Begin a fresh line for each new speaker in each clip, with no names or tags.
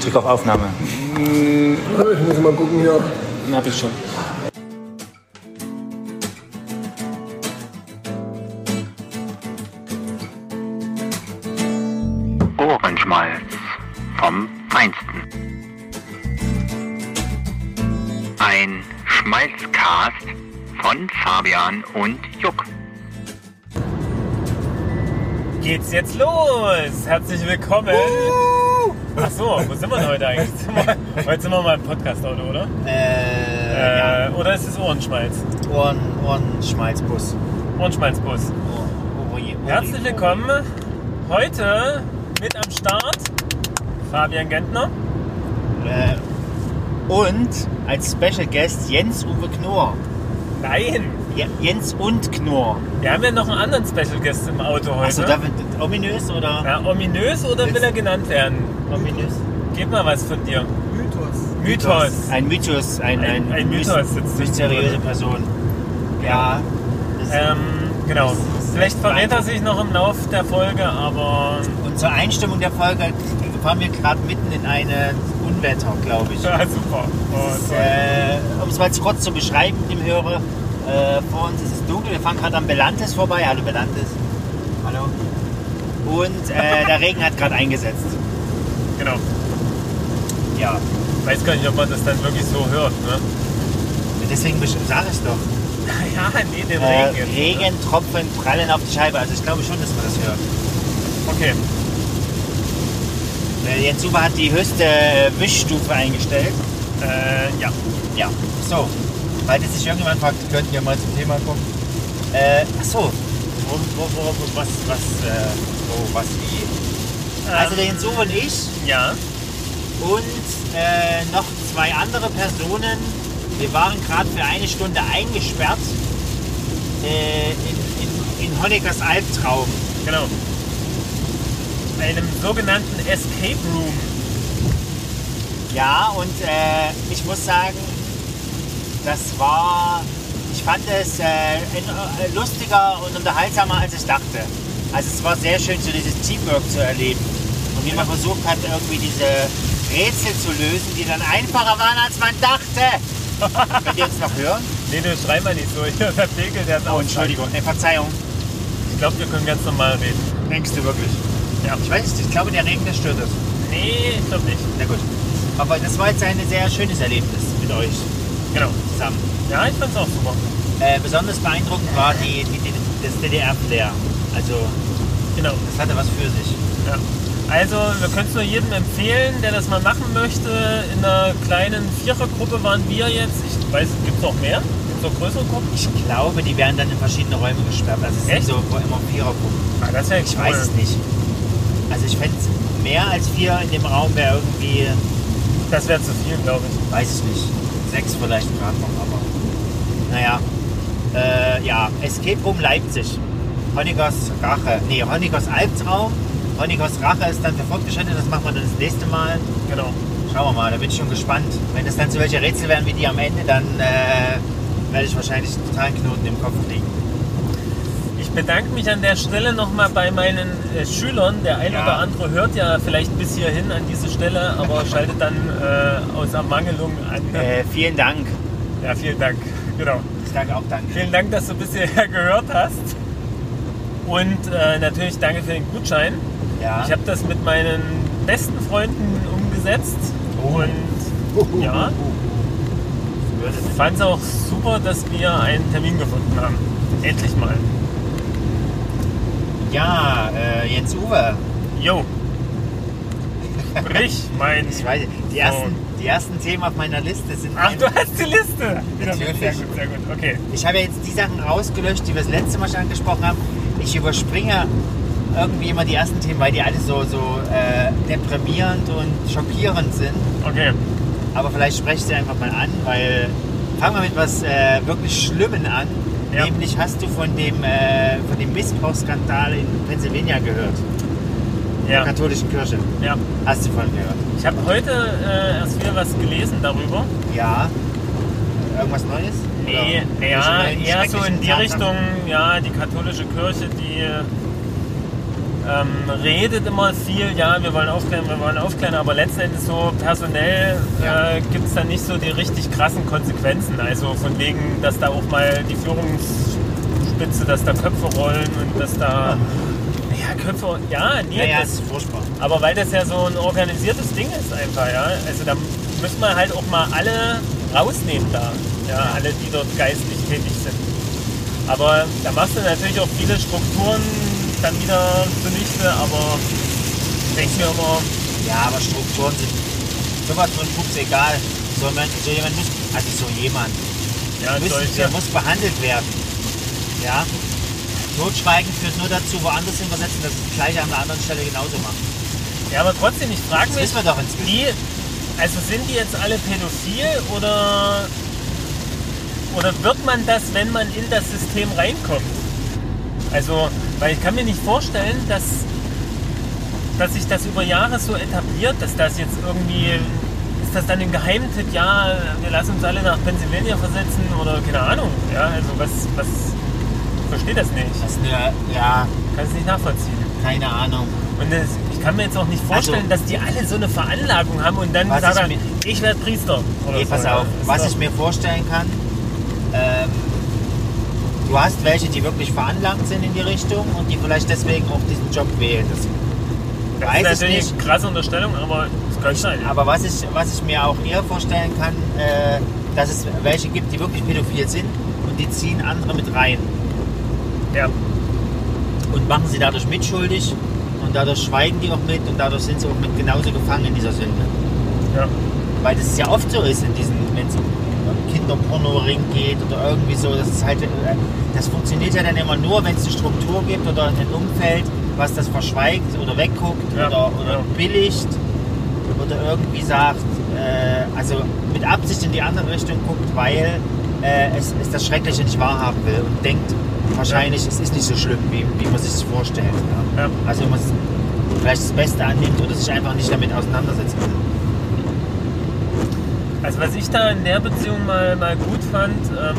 Drück auf Aufnahme.
Ich muss mal gucken hier.
Na, hab ich schon.
Ohrenschmalz vom Feinsten. Ein Schmalzcast von Fabian und Juck.
Geht's jetzt los? Herzlich willkommen. Ach so, wo sind wir denn heute eigentlich? Sind wir- Heute sind wir mal im Podcast-Auto, oder?
Äh,
Äh, oder ist es Ohrenschmalz?
Ohren, Ohrenschmalzbus.
Ohrenschmalzbus.
Oh, oh je, oh je.
Herzlich willkommen. Heute mit am Start Fabian Gentner.
Äh, und als Special Guest Jens-Uwe Knorr.
Nein,
Ja, Jens und Knorr.
wir haben ja noch einen anderen Special Guest im Auto heute.
Achso, da wird ominös oder?
ja, ominös oder will er genannt werden?
Ominös?
Gib mal was von dir. Mythos. Mythos.
Ein Mythos, ein,
Ein-
ein,
ein Mythos
mys-
sitzt
mysteriöse
drin.
Person. Ja. das-
Ähm, genau. Vielleicht verrät er sich noch im Lauf der Folge, aber
Und zur Einstimmung der Folge fahren wir gerade mitten in ein Unwetter, glaube ich.
ja, super. Oh,
ist,
toll.
äh, um es mal kurz zu beschreiben, dem Hörer, äh, vor uns ist es dunkel. Wir fahren gerade am Belantes vorbei. Hallo Belantes. Hallo. Und äh, der Regen hat gerade eingesetzt.
genau.
Ja.
Weiß gar nicht, ob man das dann wirklich so hört, ne?
Deswegen besch- sag ich doch.
Ja, nee, den
Äh,
Regen. jetzt, Ne?
Regentropfen prallen auf die Scheibe. Also ich glaube schon, dass man das hört.
Okay.
Äh, Jens Uwe hat die höchste äh, Wischstufe eingestellt.
Äh, ja.
Ja, so. Weil das sich irgendjemand fragt, könnt ihr mal zum Thema kommen. Äh, ach so. Wo, wo, wo, wo, was, was, äh,
Oh,
wo, was, wie? Also der Jens Uwe und ich
Ja.
und äh, noch zwei andere Personen. Wir waren gerade für eine Stunde eingesperrt äh, in, in, in Honeckers Albtraum.
Genau. Einem sogenannten Escape Room.
Ja, und äh, ich muss sagen, das war, ich fand es äh, ein- äh, lustiger und unterhaltsamer, als ich dachte. Also es war sehr schön, so dieses Teamwork zu erleben. Und wie man versucht hat, irgendwie diese Rätsel zu lösen, die dann einfacher waren, als man dachte. Könnt ihr uns noch hören?
Nee, du schrei mal nicht so. Ich hab der Pegel, der hat
Oh, Entschuldigung, ne, Verzeihung.
Ich glaube, wir können ganz normal reden.
Denkst du wirklich? Ja, ich weiß nicht, ich glaube, der Regen, der stört es.
Nee, ich glaube nicht.
Na gut. Aber das war jetzt ein sehr schönes Erlebnis mit euch
Genau.
zusammen.
Ja, ich fand's auch super.
Äh, besonders beeindruckend war die, die, die, das DDR-Flair. Also,
Genau.
das hatte was für sich.
Ja. Also, wir können es nur jedem empfehlen, der das mal machen möchte. In einer kleinen Vierergruppe waren wir jetzt. Ich weiß, gibt es noch mehr? Gibt es noch größere Gruppen?
Ich glaube, die werden dann in verschiedene Räume gesperrt. Also, es
Echt?
sind so wo immer Vierergruppen.
Ah, das wäre
Ich weiß es nicht. Also, ich fände mehr als vier in dem Raum wäre irgendwie,
Das wäre zu viel, glaube ich.
weiß ich nicht, sechs vielleicht gerade noch, aber naja. Äh, ja, Escape Room Leipzig. Honigers Rache. Nee, Honigers Albtraum. Honigers Rache ist dann für Fortgeschrittene, das machen wir dann das nächste Mal.
Genau.
Schauen wir mal, da bin ich schon gespannt. Wenn es dann so welche Rätsel werden wie die am Ende, dann äh, werde ich wahrscheinlich einen totalen Knoten im Kopf kriegen.
Ich bedanke mich an der Stelle nochmal bei meinen äh, Schülern. Der ein
Ja.
oder andere hört ja vielleicht bis hierhin an diese Stelle, aber schaltet dann äh, aus Ermangelung an.
Äh, vielen Dank.
Ja, vielen Dank. Genau.
Ich sage auch Danke.
Vielen Dank, dass du bis hierher gehört hast. Und äh, natürlich danke für den Gutschein.
Ja.
Ich habe das mit meinen besten Freunden umgesetzt und ja, fand es auch super, dass wir einen Termin gefunden haben. Endlich mal.
ja, äh, Jens Uwe.
Jo. Brich, mein.
Ich weiß, die ersten, die ersten Themen auf meiner Liste sind.
Ach, du hast die Liste. Wieder mit.
Natürlich.
Sehr gut, sehr gut. Okay.
Ich habe ja jetzt die Sachen rausgelöscht, die wir das letzte Mal schon angesprochen haben. Ich überspringe irgendwie immer die ersten Themen, weil die alle so, so äh, deprimierend und schockierend sind.
Okay.
Aber vielleicht spreche ich sie einfach mal an, weil fangen wir mit was äh, wirklich Schlimmen an.
Ja.
Nämlich hast du von dem, äh, von dem Missbrauchsskandal in Pennsylvania gehört, der
Ja.
katholischen Kirche.
ja.
Hast du von gehört?
Ich habe heute äh, erst wieder was gelesen darüber.
Ja. Irgendwas Neues?
Nee,
Oder irgendwelche
ja,
neuen
eher so in
schrecklichen
die
Tatsachen?
Richtung, ja, die katholische Kirche, die ähm, redet immer viel, ja, wir wollen aufklären, wir wollen aufklären, aber letzten Endes so personell äh, gibt es da nicht so die richtig krassen Konsequenzen. Also von wegen, dass da auch mal die Führungsspitze, dass da Köpfe rollen und dass da. Ja, Köpfe, ja, nee,
Naja,
das,
es ist furchtbar.
aber weil das ja so ein organisiertes Ding ist einfach, ja. Also da müssen wir halt auch mal alle rausnehmen da. Ja, alle, die dort geistlich tätig sind. Aber da machst du natürlich auch viele Strukturen dann wieder zunichte, aber ich denke mir immer,
Ja, aber Strukturen sind sowas von Pups egal. So jemand, so jemand muss, also so jemand,
ja,
muss, der
solche,
muss behandelt werden. Ja? Totschweigen führt nur dazu, woanders hin versetzen, dass sie das gleiche an der anderen Stelle genauso machen.
ja, aber trotzdem, ich frage
Das
mich,
wissen wir doch inzwischen.
die, also sind die jetzt alle pädophil oder, oder wird man das, wenn man in das System reinkommt? Also, weil ich kann mir nicht vorstellen, dass, dass sich das über Jahre so etabliert, dass das jetzt irgendwie, ist das dann ein Geheimtipp, ja, wir lassen uns alle nach Pennsylvania versetzen oder keine Ahnung, ja, also was, was, ich verstehe das nicht,
Das ist eine, ja,
kann es nicht nachvollziehen.
keine Ahnung.
Und das, ich kann mir jetzt auch nicht vorstellen,
Also-
dass die alle so eine Veranlagung haben und dann
Was
sagen,
ich
ich, werde Priester. Oder
Nee,
so,
pass
ja.
auf,
Ist
was
doch-
ich mir vorstellen kann, ähm, du hast welche, die wirklich veranlagt sind in die Richtung und die vielleicht deswegen auch diesen Job wählen. Das
das
weiß
ist
ich
natürlich
nicht.
eine krasse Unterstellung, aber es kann sein.
Aber was ich, was ich mir auch eher vorstellen kann, äh, dass es welche gibt, die wirklich pädophil sind und die ziehen andere mit rein
Ja,
und machen sie dadurch mitschuldig und dadurch schweigen die auch mit und dadurch sind sie auch mit genauso gefangen in dieser Sünde.
ja.
Weil das ja oft so ist in diesen, wenn es um Kinderporno-Ring geht oder irgendwie so, das ist halt, äh, das funktioniert ja dann immer nur, wenn es eine Struktur gibt oder ein Umfeld, was das verschweigt oder wegguckt
Ja,
oder, oder
ja.
billigt oder irgendwie sagt, äh, also mit Absicht in die andere Richtung guckt, weil äh, es, es das Schreckliche nicht wahrhaben will und denkt, wahrscheinlich, es ist nicht so schlimm, wie, wie man sich das vorstellt. Ja?
Ja.
Also wenn man es vielleicht das Beste annimmt oder sich einfach nicht damit auseinandersetzen will.
Also was ich da in der Beziehung mal, mal gut fand, ähm,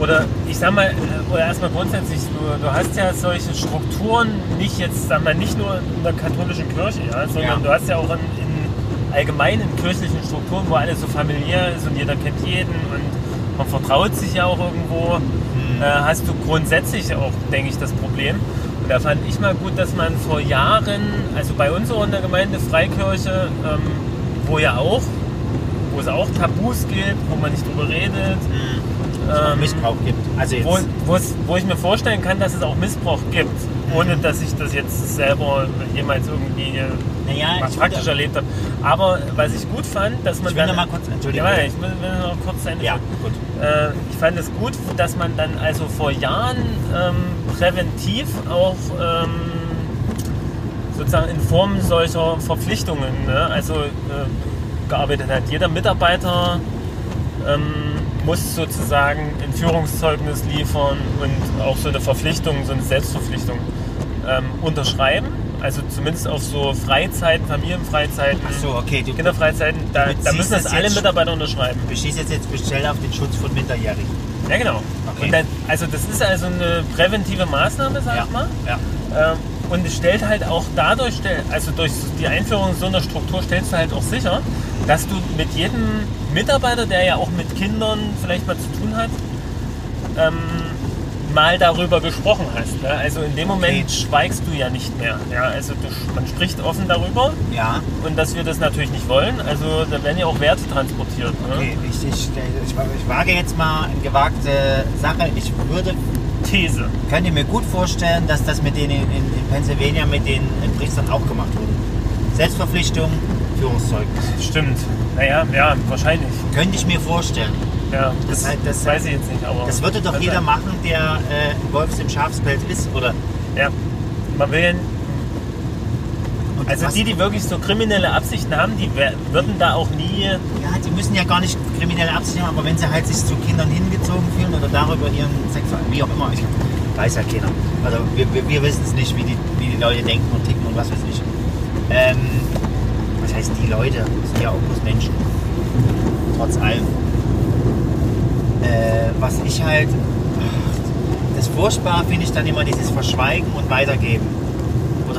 oder ich sag mal, äh, oder erstmal grundsätzlich, du, du hast ja solche Strukturen nicht jetzt, sag mal, nicht nur in der katholischen Kirche, ja, sondern
Ja.
du hast ja auch in, in allgemeinen kirchlichen Strukturen, wo alles so familiär ist und jeder kennt jeden und man vertraut sich ja auch irgendwo, äh, hast du grundsätzlich auch, denke ich, das Problem. Und da fand ich mal gut, dass man vor Jahren, also bei uns auch in der Gemeinde Freikirche, ähm, wo ja auch wo es auch Tabus gibt, wo man nicht drüber redet,
ähm,
ähm,
Missbrauch gibt. Also jetzt,
wo, wo, es, wo ich mir vorstellen kann, dass es auch Missbrauch gibt, ohne dass ich das jetzt selber jemals irgendwie äh,
naja, ich
praktisch
würde,
erlebt habe. Aber was ich gut fand, dass man
ich will
dann,
noch mal kurz,
ja,
Entschuldigung.
warte, ich will will noch kurz zu Ende
ja,
führen.
gut.
Äh, ich fand es gut, dass man dann also vor Jahren ähm, präventiv auch ähm, sozusagen in Form solcher Verpflichtungen, ne? also äh, gearbeitet hat. Jeder Mitarbeiter ähm, muss sozusagen ein Führungszeugnis liefern und auch so eine Verpflichtung, so eine Selbstverpflichtung ähm, unterschreiben. Also zumindest auf so Freizeiten, Familienfreizeiten,
Ach so, okay,
Genau.
du
Kinderfreizeiten, da,
Du
da
beziehst
müssen das
es
alle
jetzt-
Mitarbeiter unterschreiben.
beschießt jetzt, jetzt speziell auf den Schutz von Minderjährigen.
Ja, genau.
Okay.
Und dann, also das ist also eine präventive Maßnahme, sag ich mal.
ja.
Ähm, und es stellt halt auch dadurch, stell- also durch die Einführung so einer Struktur stellst du halt auch sicher, dass du mit jedem Mitarbeiter, der ja auch mit Kindern vielleicht mal zu tun hat, ähm, mal darüber gesprochen hast. Ne? Also in dem Moment
Okay.
schweigst du ja nicht mehr. Ja? Also du, sch- man spricht offen darüber
Ja,
und dass wir das natürlich nicht wollen. Also da werden ja auch Werte transportiert. Ne?
okay, ich, ich, ich, ich wage jetzt mal eine gewagte Sache. Ich würde,
These.
könnte mir gut vorstellen, dass das mit denen in, in, in Pennsylvania mit den in Priestern auch gemacht wurde. Selbstverpflichtung, Führungszeugnis.
Stimmt. Naja, ja, wahrscheinlich.
Könnte ich mir vorstellen.
Ja, das,
Das halt- das-
weiß ich jetzt nicht, aber.
Das würde doch
kann
jeder
sein.
machen, der äh, Wolfs im Schafspelz ist, oder?
Ja. Man will ja,
Und
also
was-
die, die wirklich so kriminelle Absichten haben, die wer- würden da auch nie.
Ja, die müssen ja gar nicht kriminelle Absicht haben, aber wenn sie halt sich zu Kindern hingezogen fühlen oder darüber ihren Sexual, wie auch immer, ich weiß ja keiner. Also wir, wir, wir wissen es nicht, wie die, wie die Leute denken und ticken und was weiß ich. Ähm, was heißt die Leute? Das sind ja auch bloß Menschen. Trotz allem. Äh, was ich halt. Ach, das Furchtbare finde ich dann immer dieses Verschweigen und Weitergeben.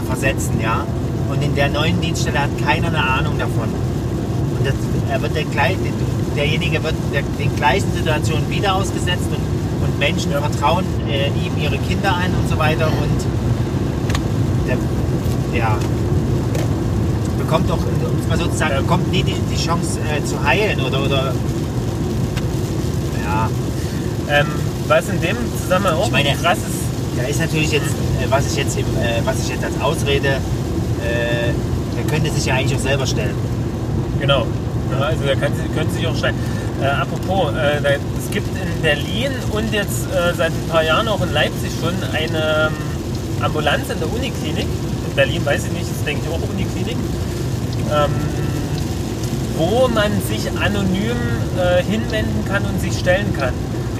versetzen, ja. Und in der neuen Dienststelle hat keiner eine Ahnung davon. Und das, er wird der, gleich- derjenige wird der, den gleichen Situationen wieder ausgesetzt und, und Menschen vertrauen äh, ihm ihre Kinder an und so weiter und der, ja bekommt doch, um es mal so zu sagen, bekommt nie die, die Chance äh, zu heilen oder, oder ja,
Ähm, was in dem Zusammenhang auch
Ich meine-
ein krasses
Da ist natürlich jetzt, äh, was ich jetzt, im, äh, was ich jetzt als Ausrede, äh, der könnte sich ja eigentlich auch selber stellen.
Genau. Ja, also da kann, sie- können Sie sich auch schneiden. Äh, apropos, äh, da, es gibt in Berlin und jetzt äh, seit ein paar Jahren auch in Leipzig schon eine ähm, Ambulanz in der Uniklinik. In Berlin weiß ich nicht, ist denke ich auch Uniklinik. Ähm, wo man sich anonym äh, hinwenden kann und sich stellen kann.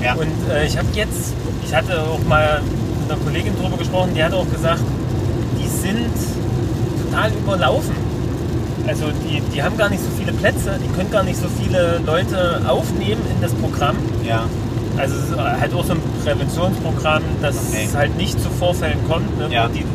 Ja.
Und äh, ich habe jetzt, ich hatte auch mal mit einer Kollegin drüber gesprochen, die hat auch gesagt, die sind total überlaufen. Also die, die haben gar nicht so viele Plätze, die können gar nicht so viele Leute aufnehmen in das Programm.
Ja.
Also es ist halt auch so ein Präventionsprogramm, dass
Okay.
es halt nicht zu Vorfällen kommt, ne,
Ja.
wo die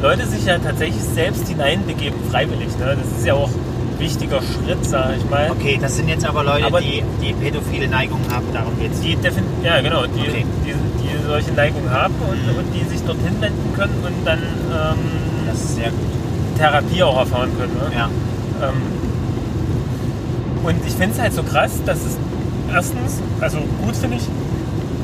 Leute sich ja tatsächlich selbst hineinbegeben, freiwillig. Ne? Das ist ja auch ein wichtiger Schritt, sage ich mal.
Okay, das sind jetzt aber Leute,
Aber-
die, die pädophile Neigungen haben, darum geht's.
Die defin ja, genau, die,
Okay.
die, die solche Neigung haben und, und die sich dort hinwenden können und dann ähm,
Das ist sehr gut.
Therapie auch erfahren können. Ne?
Ja.
Ähm, und ich finde es halt so krass, dass es erstens, also gut finde ich,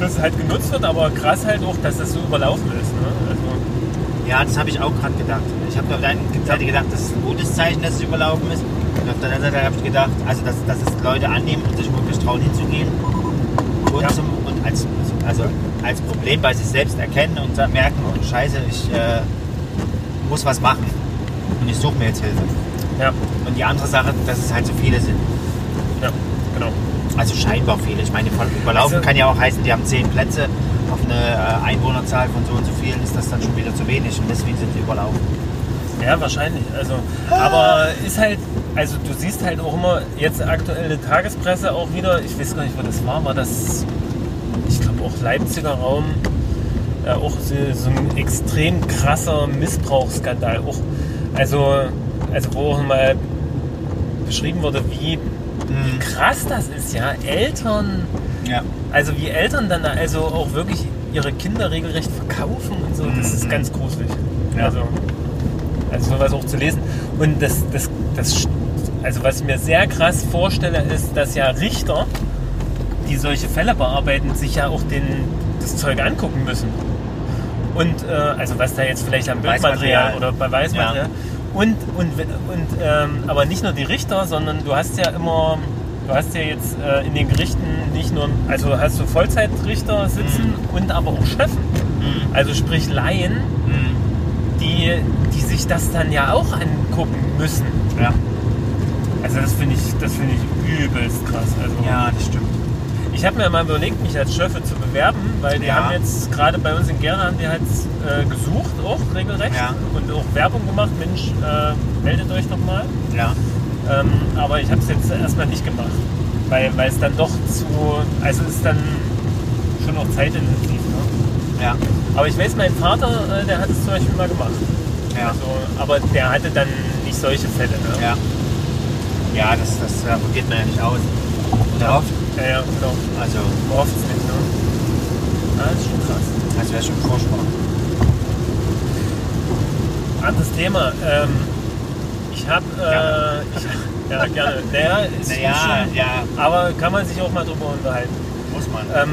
dass es halt genutzt wird, aber krass halt auch, dass es so überlaufen ist. Ne? Also,
Ja, das habe ich auch gerade gedacht. Ich habe auf der einen Seite gedacht, das ist ein gutes Zeichen, dass es überlaufen ist. Und auf der anderen Seite habe ich gedacht, also dass, dass es Leute annehmen und sich wirklich trauen hinzugehen. Und,
Ja.
zum, und als, also als Problem bei sich selbst erkennen und dann merken, oh, scheiße, ich äh, muss was machen. Und ich suche mir jetzt Hilfe.
ja,
Und die andere Sache, dass es halt so viele sind.
ja, genau.
Also scheinbar viele. Ich meine, von überlaufen
Also-
kann ja auch heißen, die haben zehn Plätze. Auf eine äh, Einwohnerzahl von so und so vielen ist das dann schon wieder zu wenig. Und deswegen sind sie überlaufen.
Ja, wahrscheinlich. Also, aber ist halt, also du siehst halt auch immer jetzt aktuelle Tagespresse auch wieder, ich weiß gar nicht, wo das war, war das, ich glaube auch Leipziger Raum, äh, auch so, so ein extrem krasser Missbrauchsskandal. Auch, also, also wo auch mal beschrieben wurde, wie, wie krass das ist, ja. Eltern,
Mhm. Ja.
also wie Eltern dann also auch wirklich ihre Kinder regelrecht verkaufen und so, das ist ganz gruselig.
Mhm. Ja.
Also, also sowas auch zu lesen. Und das, das, das, also was ich mir sehr krass vorstelle, ist, dass ja Richter, die solche Fälle bearbeiten, sich ja auch den, das Zeug angucken müssen. Und äh, also was da jetzt vielleicht am Bildmaterial
Beweismaterial.
oder Beweismaterial. Und, und, wenn- und ähm, aber nicht nur die Richter, sondern du hast ja immer, du hast ja jetzt äh, in den Gerichten nicht nur, also hast du Vollzeitrichter sitzen und aber auch Chefen. Also sprich Laien, die, die sich das dann ja auch angucken müssen.
Ja.
Also das finde ich, das finde ich übelst krass. Also
Ja, das stimmt.
ich habe mir mal überlegt, mich als Schöffe zu bewerben, weil die
Ja.
haben jetzt gerade bei uns in Gera haben die halt äh, gesucht, auch regelrecht
Ja.
und auch Werbung gemacht. Mensch, äh, meldet euch doch mal.
Ja.
Ähm, aber ich habe es jetzt erstmal nicht gemacht, weil weil es dann doch zu, also es ist dann schon auch zeitintensiv. Ne?
Ja.
Aber ich weiß, mein Vater, äh, der hat es zum Beispiel mal gemacht.
Ja.
Also, aber der hatte dann nicht solche Fälle. Ne?
Ja. Ja, das, das äh, probiert man ja nicht aus. Oder oft?
ja, ja genau.
Also,
Man hofft's nicht. Ne? Ah, das ist schon krass.
das wäre schon Vorsprung.
Anderes Thema. Ähm, ich habe. Äh, ich- ja, gerne. Naja, ist
Naja,
schon,
ja,
Aber kann man sich auch mal drüber unterhalten.
muss man.
Ähm,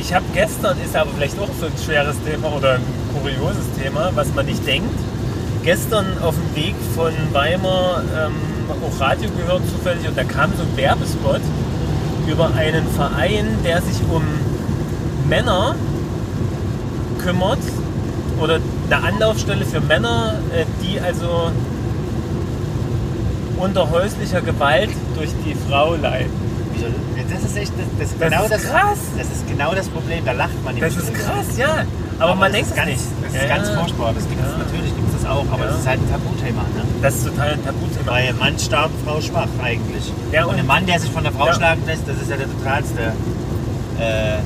ich habe gestern, ist aber vielleicht auch so ein schweres Thema oder ein kurioses Thema, was man nicht denkt. Gestern auf dem Weg von Weimar ähm, auch Radio gehört zufällig und da kam so ein Werbespot über einen Verein, der sich um Männer kümmert oder eine Anlaufstelle für Männer, äh, die also unter häuslicher Gewalt durch die Frau leiden.
Wieso? Das ist echt, das, das, ist
Das
genau
ist
das,
krass.
das ist genau das Problem, da lacht man
Das
nämlich
ist
drüber.
krass, ja. Aber,
Aber
man
das
denkt
ist
es
ganz,
nicht.
Das
ja,
ist ganz
ja.
furchtbar, das gibt's,
Ja.
natürlich gibt es das auch, aber
Ja.
das ist halt ein Tabuthema, ne?
Das ist total ein Tabuthema.
Weil Mann starb, Frau schwach eigentlich.
Ja,
und,
und-
ein Mann, der sich von der Frau
Ja.
schlagen lässt, das ist ja der totalste äh,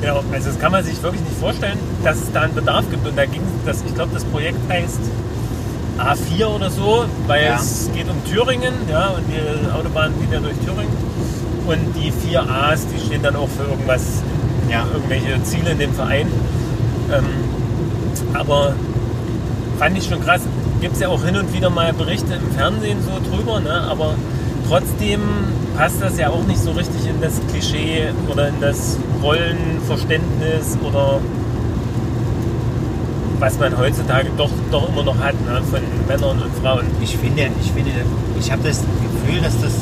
Genau, also das kann man sich wirklich nicht vorstellen, dass es da einen Bedarf gibt. Und da ging das, ich glaube, das Projekt heißt A4 oder so, weil
Ja.
es geht um Thüringen, ja, und die Autobahn geht ja durch Thüringen. Und die vier A's, die stehen dann auch für irgendwas,
Ja.
irgendwelche Ziele in dem Verein. Ähm, aber fand ich schon krass. Gibt es ja auch hin und wieder mal Berichte im Fernsehen so drüber, ne? aber trotzdem passt das ja auch nicht so richtig in das Klischee oder in das Rollenverständnis oder was man heutzutage doch, doch immer noch hat ne? von Männern und Frauen.
Ich finde, ich finde, ich habe das Gefühl, dass das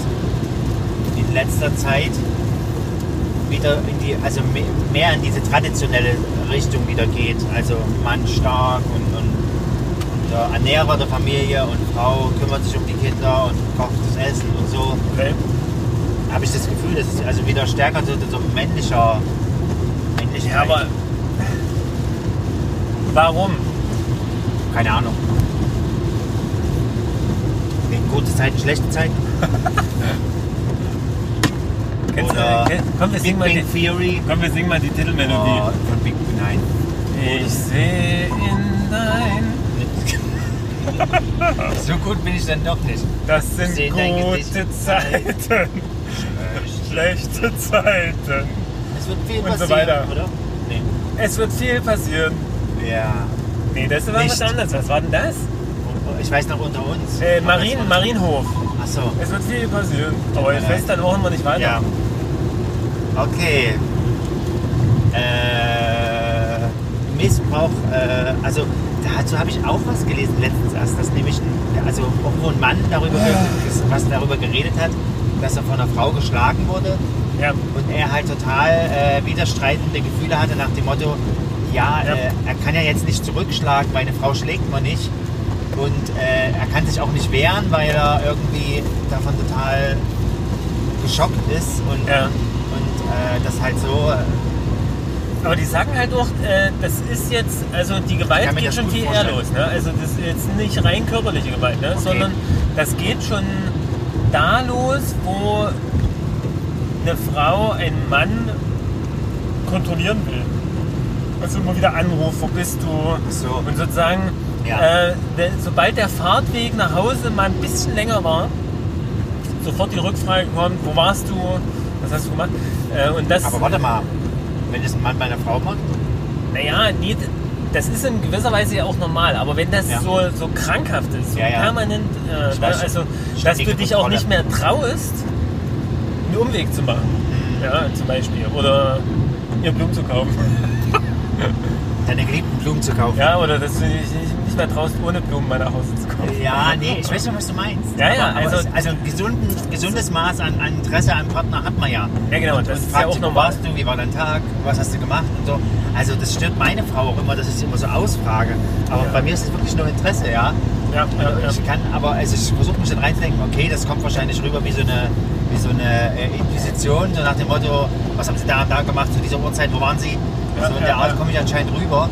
in letzter Zeit wieder in die, also me- mehr in diese traditionelle Richtung wieder geht. Also Mann stark und, und, und der Ernährer der Familie und Frau kümmert sich um die Kinder und kocht das Essen und so.
Okay?
Habe ich das Gefühl, dass es also wieder stärker so, so männlicher, männlicher.
Ja, aber warum?
keine Ahnung. Wegen gute Zeiten, schlechte Zeiten.
Kennst du,
Oder
kenn- komm, wir
Big
singen mal die,
Bang Theory.
komm, wir singen mal die Titelmelodie.
Oh, von Big Nein.
Ich sehe in dein
so gut bin ich dann doch nicht.
Das sind
Sehen dein
gute
Gesicht.
Zeiten, schlechte Zeiten.
Es wird viel
Und so
passieren,
weiter.
oder? Nee.
Es wird viel passieren.
Ja.
Nee, das war was
Nicht.
anderes. Was war denn das?
Ich weiß noch unter uns.
Äh, Marien, Marienhof.
Achso.
Es wird viel passieren. Aber
mir
ich weiß
leid.
dann auch immer nicht weiter.
Äh. Ja. Okay. Äh, Missbrauch, äh, also dazu habe ich auch was gelesen letztens erst, dass nämlich ein- also irgendwo ein Mann darüber, ge- was darüber geredet hat, dass er von einer Frau geschlagen wurde
Ja.
und er halt total äh, widerstreitende Gefühle hatte nach dem Motto, ja,
Ja.
Äh, er kann ja jetzt nicht zurückschlagen, meine Frau schlägt man nicht. Und äh, er kann sich auch nicht wehren, weil er irgendwie davon total geschockt ist und,
Ja.
und äh, das halt so, äh,
Aber die sagen halt auch, äh, das ist jetzt, also die
Ich
Gewalt
kann mir
geht
das
schon
gut
viel eher
vorstellen.
los. Ne? Also das ist jetzt nicht rein körperliche Gewalt, ne?
Okay.
sondern das geht schon da los, wo eine Frau einen Mann kontrollieren will. Also immer wieder Anruf, wo bist du?
so
Und sozusagen,
Ja.
äh, wenn- sobald der Fahrtweg nach Hause mal ein bisschen länger war, sofort die Rückfrage kommt, wo warst du, was hast du gemacht? Äh, und das,
Aber warte mal, wenn das ein Mann bei einer Frau macht,
naja, nee, das ist in gewisser Weise ja auch normal, aber wenn das
Ja.
so, so krankhaft ist, so
Ja, ja.
permanent, äh,
Ich
ne,
weiß schon.
also, dass
Ständige
du dich auch
Kontrolle.
nicht mehr traust, einen Umweg zu machen,
Mhm.
ja, zum Beispiel, oder ihr Blumen zu kaufen,
deine geliebten Blumen zu kaufen.
ja, oder dass du dich nicht, nicht mehr traust, ohne Blumen mal nach Hause zu kommen.
Ja, nee, ich weiß schon, was du meinst.
Ja, ja,
aber, aber
also-
es- also ein gesunden, gesundes Maß an, an Interesse am Partner hat man ja.
Ja, genau,
Und
das ist
fragt
ja auch
sich, wo
normal.
warst du, wie war dein Tag, was hast du gemacht und so. Also das stört meine Frau auch immer, dass ich sie immer so ausfrage. Aber
Ja.
bei mir ist es wirklich nur Interesse, ja.
Ja, ja, ja.
Ich kann, aber also ich versuche mich dann reinzudenken, okay, das kommt wahrscheinlich rüber wie so eine, wie so eine äh, Inquisition, so nach dem Motto, was haben sie da und da gemacht zu dieser Uhrzeit, wo waren sie?
Ja,
so in
ja,
der Art
ja.
komme ich anscheinend rüber.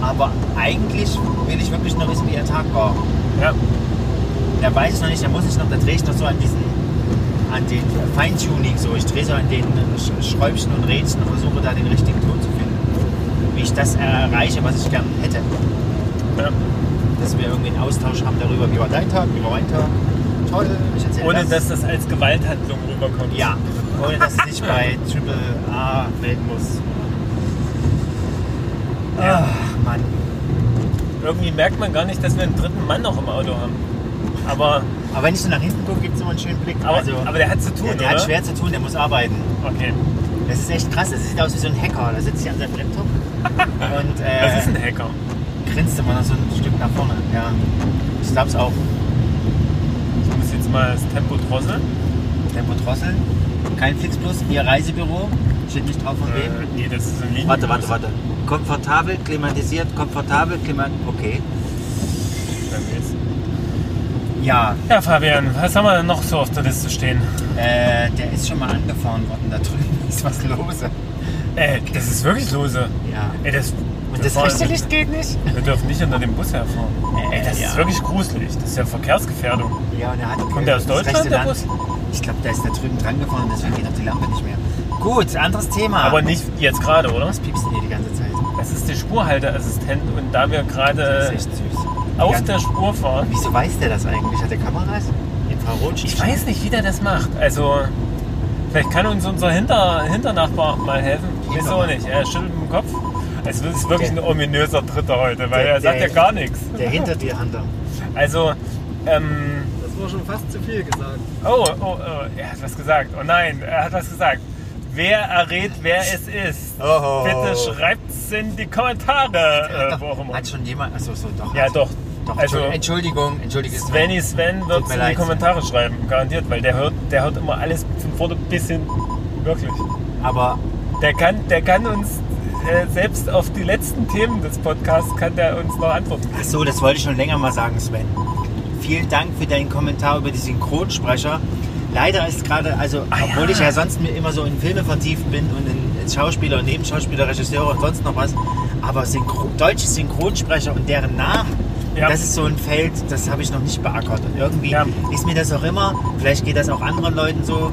Aber eigentlich will ich wirklich nur wissen, wie ihr Tag war.
Ja.
Da weiß ich noch nicht, da muss ich noch, da drehe ich noch so an diesen, an den Feintuning so. Ich drehe so an den Sch- Schräubchen und Rädchen und versuche da den richtigen Ton zu finden. Wie ich das erreiche, was ich gern hätte.
Ja.
Dass wir irgendwie einen Austausch haben darüber, wie war dein Tag, wie war mein Tag. Toll, ich erzähle
Ohne
das.
dass das als Gewalthandlung rüberkommt.
Ja, ohne dass es nicht bei Triple A melden muss.
Ja.
Ach, Mann.
Irgendwie merkt man gar nicht, dass wir einen dritten Mann noch im Auto haben. Aber,
Aber wenn ich so nach hinten gucke, gibt es immer einen schönen Blick.
aber, aber der hat zu tun,
der, Also, der
oder?
hat schwer zu tun, der muss arbeiten.
Okay.
Das ist echt krass, das sieht aus wie so ein Hacker. Da sitzt sie an seinem Laptop und
Das ist
äh,
ein Hacker.
grinst immer noch so ein Stück nach vorne. Ja. Ich glaub's auch.
Ich muss jetzt mal das Tempo
Mhm.
drosseln.
Tempo Drossel, kein Flixbus, ihr Reisebüro. Steht nicht drauf von wem.
Äh, nee, das ist ein Linien.
Warte, warte, warte. Komfortabel, klimatisiert, komfortabel, klimat. Okay. Ja,
Ja, Fabian, was haben wir denn noch so auf der Liste stehen?
äh, der ist schon mal angefahren worden. Da drüben ist was los.
Ey, Äh, das ist wirklich lose.
Ja.
Ey, das,
Und das
wir
rechte
fahren-
Licht geht nicht.
Wir dürfen nicht unter dem Bus herfahren.
Äh,
Ey, das
ja.
ist wirklich gruselig. Das ist ja Verkehrsgefährdung.
Ja, und er hat
Kommt der aus
das
Deutschland,
rechte
der
Land-
Bus?
Ich glaube, der ist da drüben dran gefahren, deswegen geht auch die Lampe nicht mehr. Gut, anderes Thema.
Aber nicht jetzt gerade, oder?
Was piepst denn hier die ganze Zeit?
Das ist der Spurhalteassistent und da wir
Das ist
gerade
echt süß. Die
Äh, auf
ganze-
der Spur fahren.
Wieso weiß der das eigentlich? Hat der Kameras? Infrarot?
Ich weiß nicht, wie der das macht. Also, vielleicht kann uns unser Hinter Hinternachbar mal helfen. Wieso
Hintermann.
nicht? Er schüttelt mit dem Kopf. Es ist wirklich ein
Der-
ominöser Dritter heute, weil
der-
er sagt ja
der-
gar nichts.
Der hinter dir, Hunter.
Also, ähm,
Das war schon fast zu viel gesagt.
oh, oh, oh, er hat was gesagt. Oh nein, er hat was gesagt. Wer errät, wer es ist?
Oh.
Bitte schreibt's in die Kommentare. Äh, wo auch immer.
Hat schon jemand. Achso, so, doch.
Ja,
hat-
doch.
doch
also,
Entschuldigung, Entschuldigung. ist
Svenny Sven wird
Tut mir
in die
leid,
Kommentare schreiben, garantiert, weil der hört, der hört immer alles von vorne bis hin. Wirklich.
mein- Aber
Der kann, der kann uns äh, selbst auf die letzten Themen des Podcasts kann der uns noch antworten.
Ach so, das wollte ich schon länger mal sagen, Sven. Vielen Dank für deinen Kommentar über die Synchronsprecher. Leider ist gerade, also
Ah,
obwohl ich ja sonst mir immer so in Filme vertieft bin und in, in Schauspieler und Nebenschauspieler, Regisseure und sonst noch was, aber Synchro, deutsche Synchronsprecher und deren Namen,
Ja.
das ist so ein Feld, das habe ich noch nicht beackert. Und irgendwie
Ja.
ist mir das auch immer, vielleicht geht das auch anderen Leuten so,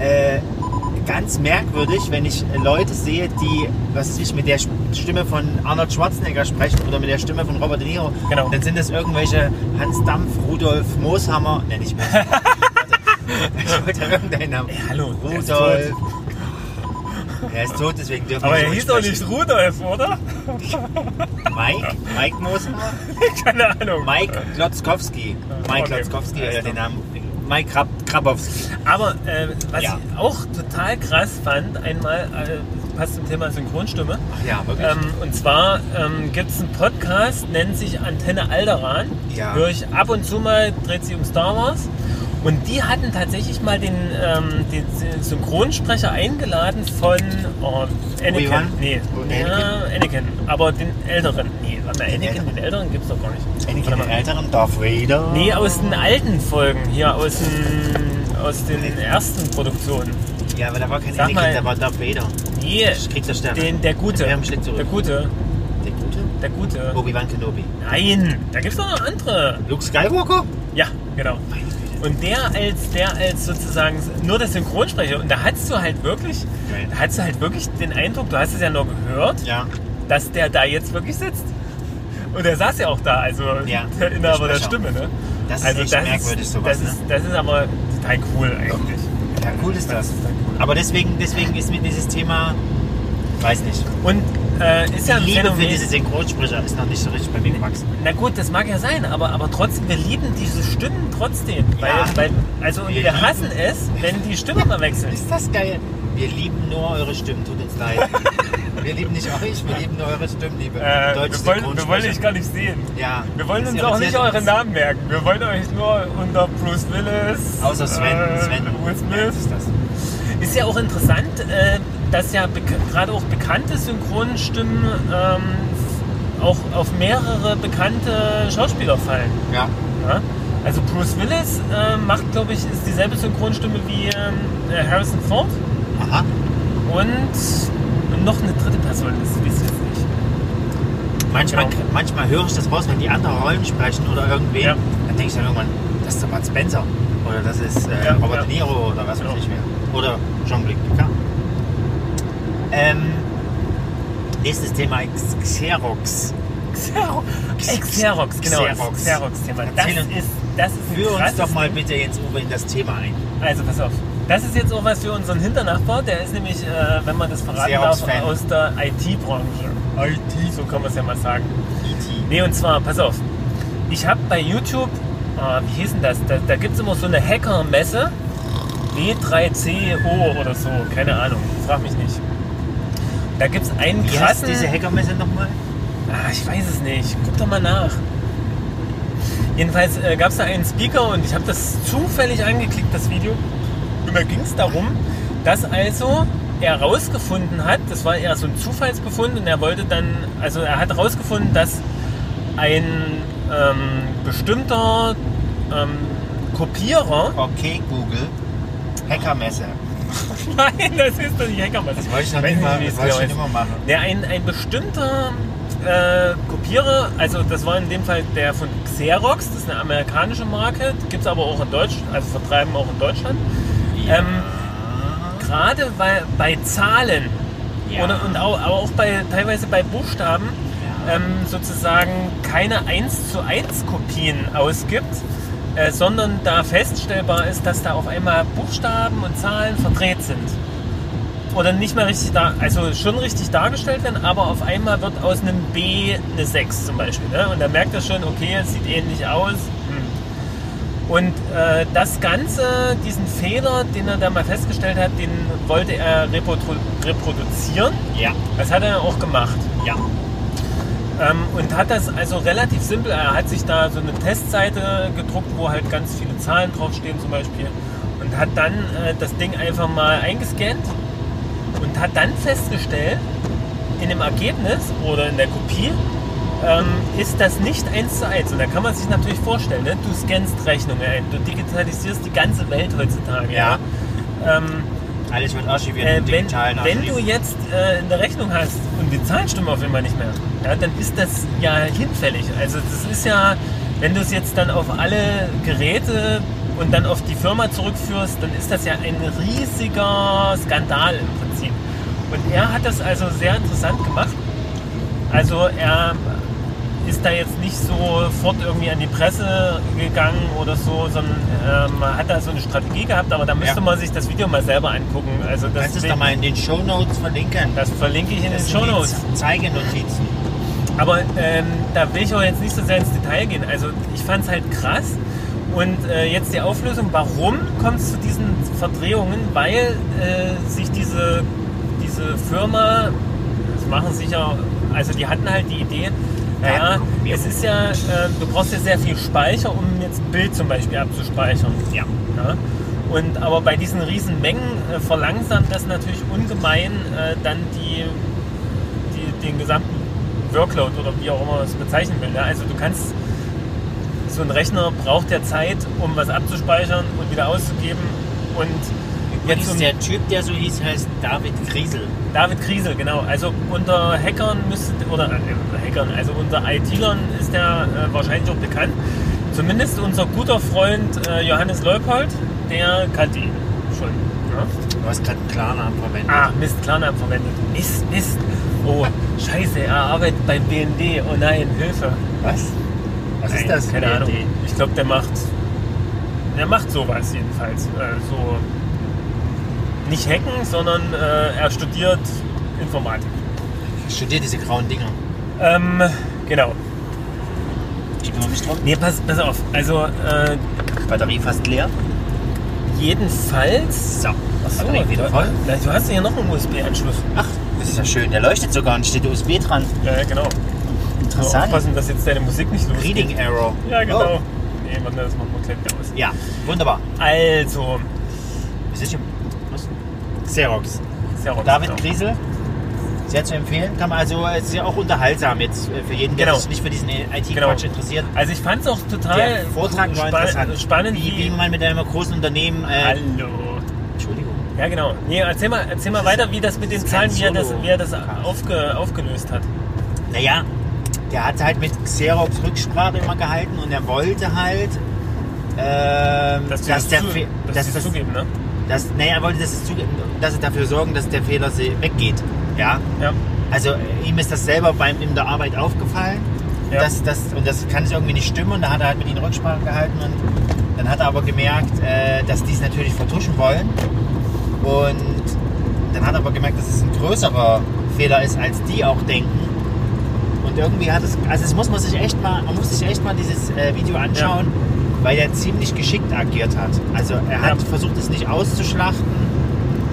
äh, ganz merkwürdig, wenn ich Leute sehe, die, was weiß ich, mit der Stimme von Arnold Schwarzenegger sprechen oder mit der Stimme von Robert De Niro.
Genau.
Dann sind das irgendwelche Hans Dampf, Rudolf Mooshammer, ne, nicht Mooshammer. Warte, ich wollte irgendeinen Namen.
hallo, der ist
Rudolf. Er ist tot, deswegen dürfen
Aber
wir
er hieß doch nicht Rudolf, oder?
Mike? Mike Mooshammer?
Keine Ahnung.
Mike Glotzkowski. Mike
Okay.
Glotzkowski,
Alles
oder den
klar.
Namen. Mike Krab Krabowski.
Aber äh, was
Ja.
ich auch total krass fand, einmal, äh, passt zum Thema Synchronstimme,
Ach ja, wirklich.
ähm, und zwar ähm, gibt es einen Podcast, nennt sich Antenne Alderan.
Ja.
Höre ich ab und zu mal, dreht sich um Star Wars. Und die hatten tatsächlich mal den, ähm, den Synchronsprecher eingeladen von oh, Anakin.
Obi-Wan?
Nee,
Anakin?
ja, Anakin. Aber den älteren. Nee, warte mal,
Den
Anakin,
älteren.
den älteren gibt es doch gar nicht.
Einige
Warte
der
mal.
älteren Darth Vader.
Nee, aus den alten Folgen, hier aus den, aus den ersten Produktionen.
Ja, aber da war kein
Sag
Anakin,
mal.
da war Darth Vader.
Nee,
Krieg der Sterne.
den, der Gute.
Wir haben Schlick zurück.
Der
Oh.
Gute,
Der gute?
der Gute.
Obi-Wan Kenobi.
Nein, da gibt's doch noch andere.
Luke Skywalker?
Ja, genau.
Meine Güte.
Und der als, der als sozusagen nur der Synchronsprecher. Und da hattest du halt wirklich,
Geil.
da hattest du halt wirklich den Eindruck, du hast es ja nur gehört,
Ja.
dass der da jetzt wirklich sitzt. Und er saß ja auch da, also
Ja,
der Inhaber der
Sprecher.
Stimme, ne?
Das ist echt merkwürdig, sowas, ne?
Das ist, das ist aber total cool eigentlich.
Ja, cool ist das. Aber deswegen, deswegen ist mir dieses Thema, weiß nicht,
Und äh, ist ja ein
die Liebe für
Phänomen.
diese Synchronsprecher ist noch nicht so richtig bei mir gewachsen.
Na gut, das mag ja sein, aber, aber trotzdem, wir lieben diese Stimmen trotzdem. Weil,
Ja.
weil, also wir,
Wir
wir
lieben-
hassen es, wenn die Stimme mal wechseln.
Ist das geil? Wir lieben nur eure Stimmen, tut uns leid. wir lieben nicht euch, wir lieben nur eure Stimmen, liebe
Äh,
deutsche
wir, wollen, wir wollen
Synchronsprecher.
euch gar nicht sehen.
Ja.
Wir wollen
Das
uns auch nicht
irritiert
eure
uns.
Namen merken. Wir wollen euch nur unter Bruce Willis.
Außer Sven, Sven.
Äh, Will
Ja,
Smith.
das ist das.
Ist ja auch interessant, äh, dass ja bek- gerade auch bekannte Synchronstimmen ähm, auch auf mehrere bekannte Schauspieler fallen.
Ja.
Ja? Also Bruce Willis äh, macht, glaube ich, ist dieselbe Synchronstimme wie ähm, äh, Harrison Ford
Aha.
und noch eine dritte Person, das weiß ich jetzt nicht.
Manchmal,
Genau.
manchmal höre ich das raus, wenn die andere Rollen sprechen oder irgendwen,
Ja.
dann denke ich dann irgendwann, das ist der Bud Spencer oder das ist äh,
Ja, ja.
Robert De Niro oder was
Genau.
weiß ich mehr. Oder Jean-Luc Picard. Ähm, nächstes Thema X- Xerox.
Xerox, Ey, Xerox genau.
Xerox.
Das Xerox-Thema. Das
Erzähl
ist,
uns-
das ist ein
Führ uns
krasses
doch mal bitte jetzt Uwe in das Thema ein.
Also pass auf. Das ist jetzt auch was für unseren Hinternachbar. Der ist nämlich, äh, wenn man das verraten darf,
Xerox-Fan.
aus der IT-Branche. IT. So kann man es ja mal sagen.
E.T.
Nee, und zwar, pass auf. Ich habe bei YouTube, ah, wie hieß denn das? Da, da gibt es immer so eine Hacker-Messe. W3CO oder so. Keine Ahnung. Frag mich nicht. Da gibt es einen
Wie heißt
krassen...
diese Hackermesse nochmal?
Ah, ich weiß es nicht. Guck doch mal nach. Jedenfalls äh, gab es da einen Speaker und ich habe das zufällig angeklickt, das Video. Und da ging es darum, dass also er herausgefunden hat, das war eher so ein Zufallsbefund und er wollte dann, also er hat herausgefunden, dass ein ähm, bestimmter ähm, Kopierer.
Okay, Google. Hackermesse.
Nein, das ist doch nicht Hackermann.
Das wollte ich noch
Weiß
nicht mal,
wie
das
es
wollte
genau
ich schon
ist.
immer machen.
Ja, ein, ein bestimmter äh, Kopierer, also das war in dem Fall der von Xerox, das ist eine amerikanische Marke, gibt es aber auch in Deutschland, also vertreiben auch in Deutschland. Ähm, gerade bei, bei Zahlen
Ja.
oder, und auch, aber auch bei, teilweise bei Buchstaben
Ja.
ähm, sozusagen keine 1 zu 1 Kopien ausgibt, äh, sondern da feststellbar ist, dass da auf einmal Buchstaben und Zahlen verdreht sind. Oder nicht mehr richtig da, also schon richtig dargestellt werden, aber auf einmal wird aus einem B eine 6 zum Beispiel. Ne? Und da merkt er schon, okay, es sieht ähnlich aus. Hm. Und äh, das Ganze, diesen Fehler, den er da mal festgestellt hat, den wollte er reprodu reproduzieren.
Ja,
Das hat er auch gemacht.
ja.
Ähm, und hat das also relativ simpel. Er hat sich da so eine Testseite gedruckt, wo halt ganz viele Zahlen draufstehen zum Beispiel. Und hat dann äh, das Ding einfach mal eingescannt und hat dann festgestellt, in dem Ergebnis oder in der Kopie ähm, ist das nicht eins zu eins. Und da kann man sich natürlich vorstellen, ne? du scannst Rechnungen ein, du digitalisierst die ganze Welt heutzutage.
Ja.
Ähm,
Alles wird archiviert
äh,
im
wenn,
digitalen
wenn
Archiv.
du jetzt äh, in der Rechnung hast und die Zahlen stimmen auf einmal nicht mehr, ja, dann ist das ja hinfällig. Also das ist ja, wenn du es jetzt dann auf alle Geräte und dann auf die Firma zurückführst, dann ist das ja ein riesiger Skandal im Prinzip. Und er hat das also sehr interessant gemacht. Also er ist da jetzt nicht sofort irgendwie an die Presse gegangen oder so, sondern ähm, hat da so eine Strategie gehabt, aber da müsste
Ja.
man sich das Video mal selber angucken. Also das,
Kannst du es doch mal in den Shownotes verlinken?
das verlinke ich in den
Das sind
Show Notes.
die Zeigenotizen.
Aber ähm, da will ich auch jetzt nicht so sehr ins Detail gehen. Also ich fand es halt krass. Und äh, jetzt die Auflösung, warum kommt es zu diesen Verdrehungen? Weil äh, sich diese, diese Firma, das machen sicher, also die hatten halt die Idee, naja,
Datenoptimierung.
es ist ja, äh, du brauchst ja sehr viel Speicher, um jetzt ein Bild zum Beispiel abzuspeichern.
Ja.
Ja? Und, aber bei diesen riesen Mengen äh, verlangsamt das natürlich ungemein äh, dann die, die, den gesamten Workload oder wie auch immer man es bezeichnen will. Ne? Also du kannst, so ein Rechner braucht ja Zeit, um was abzuspeichern und wieder auszugeben. Und
Jetzt
jetzt
ist
um
der Typ, der so hieß, heißt David Griesel.
David Kriesel, genau. Also unter Hackern müsste, oder äh, Hackern, also unter IT-Lern ist der äh, wahrscheinlich auch bekannt. Zumindest unser guter Freund äh, Johannes Leupold, der kannte ihn schon. Ja?
Du hast gerade einen Klarnamen verwendet.
Ah, Mist, Klarnamen verwendet. Mist, Mist. Oh, scheiße, er arbeitet beim BND. Oh nein, Hilfe.
Was? Was
Nein,
ist das?
Keine
für eine
Ahnung.
Idee?
Ich glaube, der macht. Der macht sowas jedenfalls. Äh, so nicht hacken, sondern äh, er studiert Informatik.
Ich studiere diese grauen Dinger.
Ähm, genau.
Die kümmern mich drum.
Nee, pass, pass auf. Also äh,
Batterie fast leer.
jedenfalls.
So,
Achso,
Batterie wieder voll.
Na, du hast ja noch einen USB-Anschluss.
Ach, das ist ja schön. Der leuchtet sogar und steht USB dran.
Ja, ja, genau. Nur
Interessant.
aufpassen, dass jetzt deine Musik nicht losgeht.
Reading Arrow.
Ja, genau.
Oh.
Nee, warte, das machen wir gleich wieder aus.
Ja, wunderbar.
Also,
Was ist hier? Was? Xerox.
Xerox,
David
genau.
Griesel. Sehr zu empfehlen. Kann man also, es ist ja auch unterhaltsam jetzt äh, für jeden, der
Genau.
sich nicht für diesen IT-Quatsch
Genau.
interessiert.
Also ich fand es auch total
Der Vortrag war
spa-
interessant.
spannend.
Wie, wie man mit einem großen Unternehmen. Äh,
Hallo.
Entschuldigung.
Ja, genau. Nee, erzähl mal, erzähl mal
Das ist-
weiter, wie das mit den
das ist
Zahlen, wie er
kein
das, wie er das
Solo-Cast.
aufge, aufgelöst hat.
Naja, der hat halt mit Xerox Rücksprache immer gehalten und er wollte halt, ähm,
Dass
dass,
die das
der
zu-
Fe-
dass die
dass,
das
das,
zugeben, ne?
dass, nee, er wollte, dass, es zuge- dass sie dafür sorgen, dass der Fehler se- weggeht. Ja,
Ja.
also äh, ihm ist das selber beim, in der Arbeit aufgefallen.
Ja.
Dass, dass, und das kann es irgendwie nicht stimmen. Und da hat er halt mit ihnen Rücksprache gehalten. Und dann hat er aber gemerkt, äh, dass die es natürlich vertuschen wollen. Und dann hat er aber gemerkt, dass es ein größerer Fehler ist, als die auch denken. Und irgendwie hat es, also es muss man sich echt mal, man muss sich echt mal dieses äh, Video anschauen, weil er ziemlich geschickt agiert hat. Also er hat
Ja.
versucht, es nicht auszuschlachten,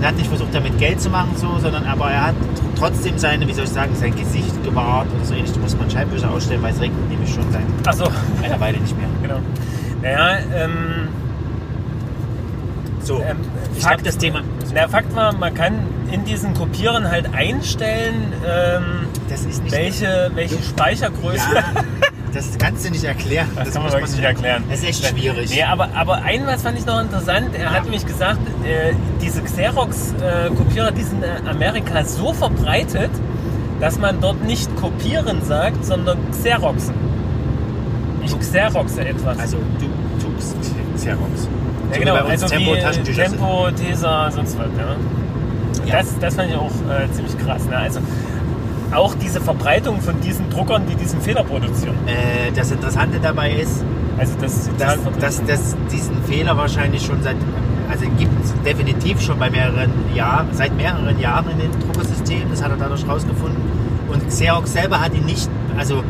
er hat nicht versucht, damit Geld zu machen, so, sondern aber er hat tr- trotzdem seine, wie soll ich sagen, sein Gesicht gewahrt oder so ähnlich. Da muss man Scheibenwischer ausstellen, weil es regnet nämlich schon seit
Achso,
einer Weile nicht mehr.
genau. Naja, ähm,
So,
ähm,
ich glaube, das Thema,
Na, Fakt war, man kann in diesen Kopieren halt einstellen, ähm,
das ist nicht...
welche, welche Speichergröße.
Ja, das kannst du nicht erklären.
Das, kann man wirklich nicht erklären.
Das ist echt schwierig.
Nee, aber, aber ein was fand ich noch interessant. Er hat nämlich gesagt, äh, diese Xerox-Kopierer, die sind in Amerika so verbreitet, dass man dort nicht kopieren sagt, sondern Xeroxen. Ich Xeroxe etwas.
Also du tust Xerox. Also, So
Ja,
wie
genau,
bei uns
also
Tempo,
wie
Taschentücher sind.
Tempo, Tesa, sonst was. Ja.
Ja.
Das, das fand ich auch äh, ziemlich krass. Ne? Also auch diese Verbreitung von diesen Druckern, die diesen Fehler produzieren.
Äh, das Interessante dabei ist,
Also das
dass,
Zitat von-
dass, dass diesen Fehler wahrscheinlich schon seit, also gibt es definitiv schon bei mehreren Jahren, seit mehreren Jahren in dem Druckersystem, das hat er dadurch rausgefunden. Und Xerox selber hat ihn nicht, also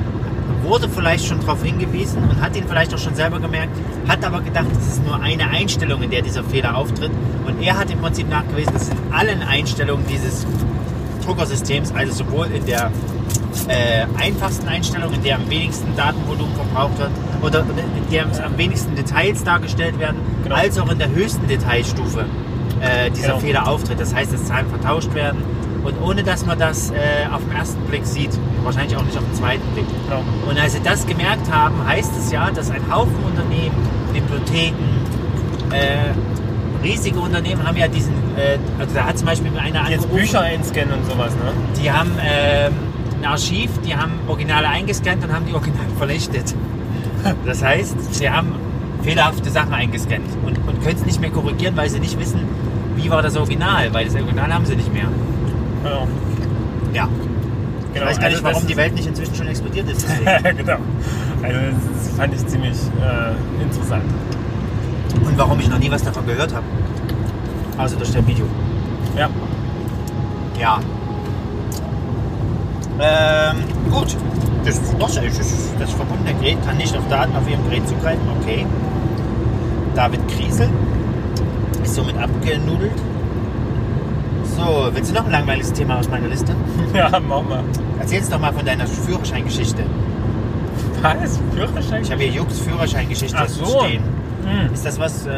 wurde vielleicht schon darauf hingewiesen und hat ihn vielleicht auch schon selber gemerkt, hat aber gedacht, es ist nur eine Einstellung, in der dieser Fehler auftritt. Und er hat im Prinzip nachgewiesen, dass in allen Einstellungen dieses Druckersystems, also sowohl in der äh, einfachsten Einstellung, in der am wenigsten Datenvolumen verbraucht wird oder in der am wenigsten Details dargestellt werden,
Genau.
als auch in der höchsten Detailstufe äh, dieser
Genau.
Fehler auftritt. Das heißt, dass Zahlen vertauscht werden und ohne dass man das äh, auf den ersten Blick sieht, wahrscheinlich auch nicht auf den zweiten Blick.
Genau.
Und als sie das gemerkt haben, heißt es ja, dass ein Haufen Unternehmen, Bibliotheken, äh, riesige Unternehmen haben ja diesen, äh, also da hat zum Beispiel einer
die jetzt
angerufen,
Bücher einscannen und sowas. Ne?
die haben ähm, ein Archiv, die haben Originale eingescannt und haben die Originale vernichtet. Das heißt, sie haben fehlerhafte Sachen eingescannt und, und können es nicht mehr korrigieren, weil sie nicht wissen, wie war das Original, weil das Original haben sie nicht mehr.
Ja,
Ja. Ich
genau.
weiß gar
Also
nicht,
das
warum die
ist-
Welt nicht inzwischen schon explodiert ist. deswegen.
Ja, genau. Also das fand ich ziemlich äh, interessant.
und warum ich noch nie was davon gehört habe. Also durch das Video.
Ja.
Ja. Ähm, gut. Das ist das, ist das verbundene Gerät kann nicht auf Daten auf ihrem Gerät zugreifen. Okay. David Kriesel ist somit abgenudelt. So, willst du noch ein langweiliges Thema aus meiner Liste?
Ja, mach mal.
Erzähl uns doch mal von deiner Führerscheingeschichte.
Was? Führerschein?
Ich habe hier Jux Führerscheingeschichte
Ach so.
stehen.
Hm.
Ist das was äh,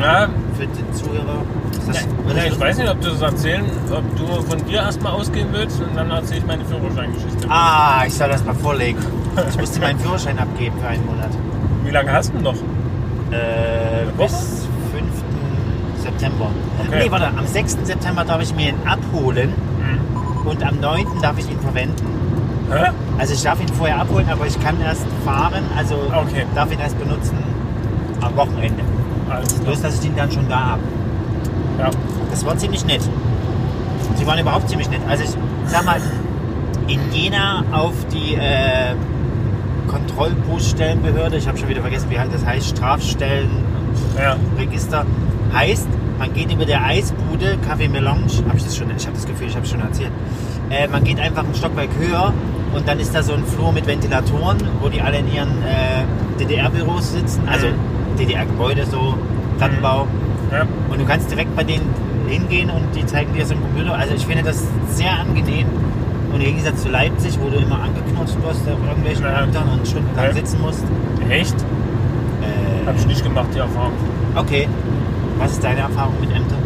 Ja,
für den Zuhörer? Ist das,
ja,
wird das-
ich weiß nicht, ob du das erzählen, ob du von dir erstmal ausgehen willst und dann erzähle ich meine Führerscheingeschichte.
Ah, ich soll das mal vorlegen. Ich musste meinen Führerschein abgeben für einen Monat.
Wie lange hast du noch?
Äh,
Woche?
bis 5. September. Nee, warte, am 6. September darf ich mir ihn abholen
Mhm.
und am 9. darf ich ihn verwenden.
Hä?
Also ich darf ihn vorher abholen, aber ich kann erst fahren, also
Okay.
darf ihn erst benutzen am Wochenende.
Alles klar.
Bloß, dass ich ihn dann schon da habe.
Ja.
Das war ziemlich nett. Sie waren überhaupt ziemlich nett. Also ich sag mal, in Jena auf die äh, Kontrollbußstellenbehörde, ich habe schon wieder vergessen, wie halt das heißt, Strafstellen
ja.
Register heißt, man geht über der Eisbude, Café Melange, habe ich das schon, ich habe das Gefühl, ich habe es schon erzählt. Äh, man geht einfach einen Stockwerk höher und dann ist da so ein Flur mit Ventilatoren, wo die alle in ihren äh, DDR-Büros sitzen, also DDR-Gebäude, so Plattenbau.
ja.
Und du kannst direkt bei denen hingehen und die zeigen dir so einen Computer. Also ich finde das sehr angenehm. Und im Gegensatz zu Leipzig, wo du immer angeknutscht wirst auf irgendwelchen
Ja.
Ämtern und stundenlang
Ja.
sitzen musst.
Echt?
Äh,
Hab ich nicht gemacht, die Erfahrung.
okay, was ist deine Erfahrung mit Ämtern?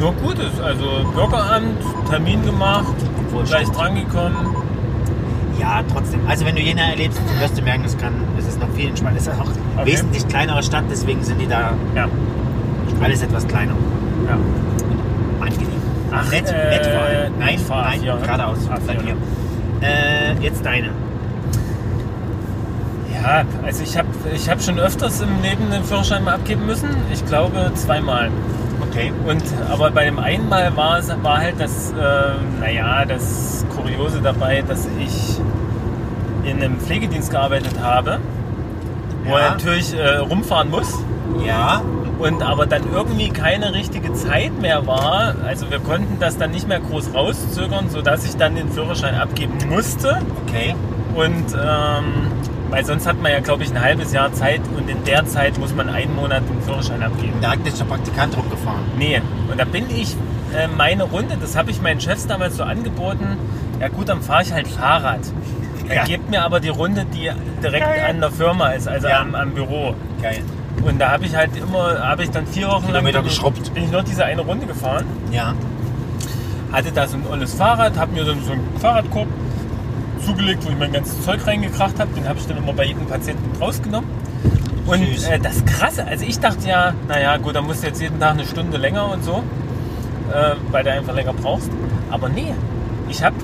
Nur Gutes, also Bürgeramt, Termin gemacht,
Wohl
gleich
stimmt.
drangekommen.
Ja, trotzdem. Also wenn du Jena erlebst, dann wirst du merken, es kann, es ist noch viel entspannter. Es ist auch eine
Okay.
wesentlich kleinere Stadt, deswegen sind die da
Ja.
alles etwas kleiner.
ja.
Angenehm.
Ach,
nett,
äh,
nett vor allem. Nein,
nicht vor
nein,
A4, ne?
geradeaus.
A4,
bei
ne?
dir. Äh, jetzt deine.
Ja, also ich habe ich hab schon öfters im Leben den Führerschein mal abgeben müssen. Ich glaube zweimal.
Okay.
Und aber bei dem einen Mal war es war halt das, ähm, naja, das Kuriose dabei, dass ich in einem Pflegedienst gearbeitet habe, wo
Ja.
man natürlich äh, rumfahren muss
Ja.
und aber dann irgendwie keine richtige Zeit mehr war. Also wir konnten das dann nicht mehr groß rauszögern, sodass ich dann den Führerschein abgeben musste.
Okay.
Und ähm, weil sonst hat man ja, glaube ich, ein halbes Jahr Zeit und in der Zeit muss man einen Monat den Führerschein abgeben.
Da hat jetzt schon Praktikant rumgefahren.
Nee, und da bin ich äh, meine Runde, das habe ich meinen Chefs damals so angeboten. Ja gut, dann fahre ich halt Fahrrad. Er
Ja.
gibt mir aber die Runde, die direkt an der Firma ist, also
Ja.
am, am Büro.
Geil.
Und da habe ich halt immer, habe ich dann vier Wochen lang
Kilometer
bin ich-
geschrubbt.
bin ich nur diese eine Runde gefahren
Ja.
hatte da so ein olles Fahrrad, habe mir dann so einen Fahrradkorb zugelegt, wo ich mein ganzes Zeug reingekracht habe. Den habe ich dann immer bei jedem Patienten rausgenommen. Und
Süß.
äh, das Krasse, also ich dachte ja, naja gut, da musst du jetzt jeden Tag eine Stunde länger und so, äh, weil du einfach länger brauchst. Aber nee, ich habe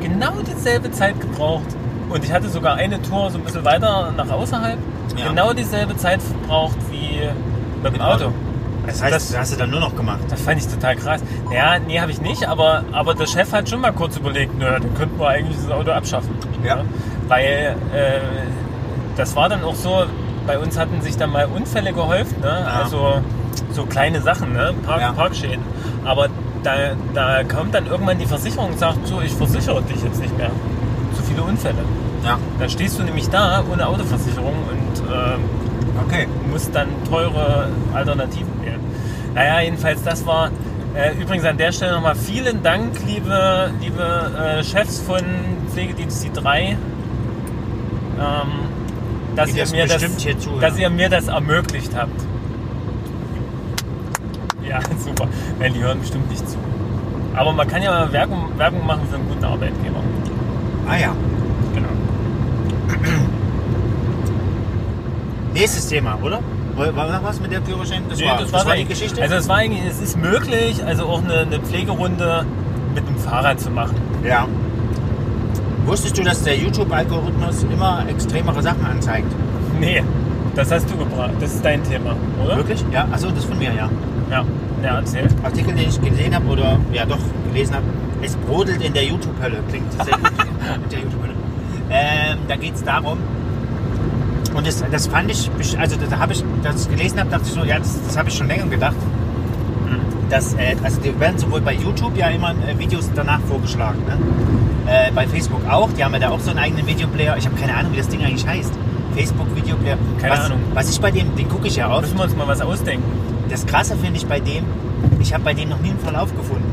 genau dieselbe Zeit gebraucht. Und ich hatte sogar eine Tour so ein bisschen weiter nach außerhalb,
Ja.
genau dieselbe Zeit verbraucht wie Mit dem Auto.
Das heißt,
Das-
das hast du dann nur noch gemacht.
Das fand ich total krass. Ja, nee, habe ich nicht, aber, aber der Chef hat schon mal kurz überlegt, naja, dann könnten wir eigentlich das Auto abschaffen.
Ja.
Weil äh, das war dann auch so, bei uns hatten sich dann mal Unfälle gehäuft, ne? also so kleine Sachen, ne? Park,
Ah. Ja.
Parkschäden. Aber da, da kommt dann irgendwann die Versicherung und sagt so, ich versichere dich jetzt nicht mehr. Zu viele Unfälle.
Ja,
Dann stehst du nämlich da ohne Autoversicherung und ähm,
okay.
muss dann teure Alternativen wählen. Naja, jedenfalls, das war äh, übrigens an der Stelle nochmal vielen Dank, liebe, liebe äh, Chefs von Pflegedienst C3, ähm, dass,
Die
ihr
das
mir das,
bestimmt hier zuhören.
dass ihr mir das ermöglicht habt. Ja, super. Nein, die hören bestimmt nicht zu. Aber man kann ja mal Werbung, Werbung machen für einen guten Arbeitgeber.
Ah ja.
Genau.
Nächstes Thema, oder? War, war noch was mit der Führerschein? Das,
Nee,
war, das war die
eigentlich-
Geschichte?
Also es war eigentlich, es ist möglich, also auch eine, eine Pflegerunde mit dem Fahrrad zu machen.
ja. Wusstest du, dass der YouTube-Algorithmus immer extremere Sachen anzeigt?
Nee, das hast du gebracht. Das ist dein Thema, oder?
Wirklich? Ja, achso, das von mir, ja.
Ja. Ja, erzähl.
Artikel, den ich gesehen habe oder ja doch gelesen habe, es brodelt in der YouTube-Hölle. Klingt sehr gut. in der YouTube-Hölle. Ähm, da geht es darum. Und das, das fand ich, besch- also da habe ich das gelesen habe, dachte ich so, ja, das, das habe ich schon länger gedacht. Dass, äh, also die werden sowohl bei YouTube ja immer äh, Videos danach vorgeschlagen, ne? äh, bei Facebook auch. Die haben ja da auch so einen eigenen Videoplayer. Ich habe keine Ahnung, wie das Ding eigentlich heißt. Facebook Videoplayer.
Keine
was,
Ahnung.
Was ich bei dem, den gucke ich ja oft.
Müssen wir uns mal was ausdenken.
Das Krasse finde ich bei dem, ich habe bei dem noch nie einen Verlauf gefunden.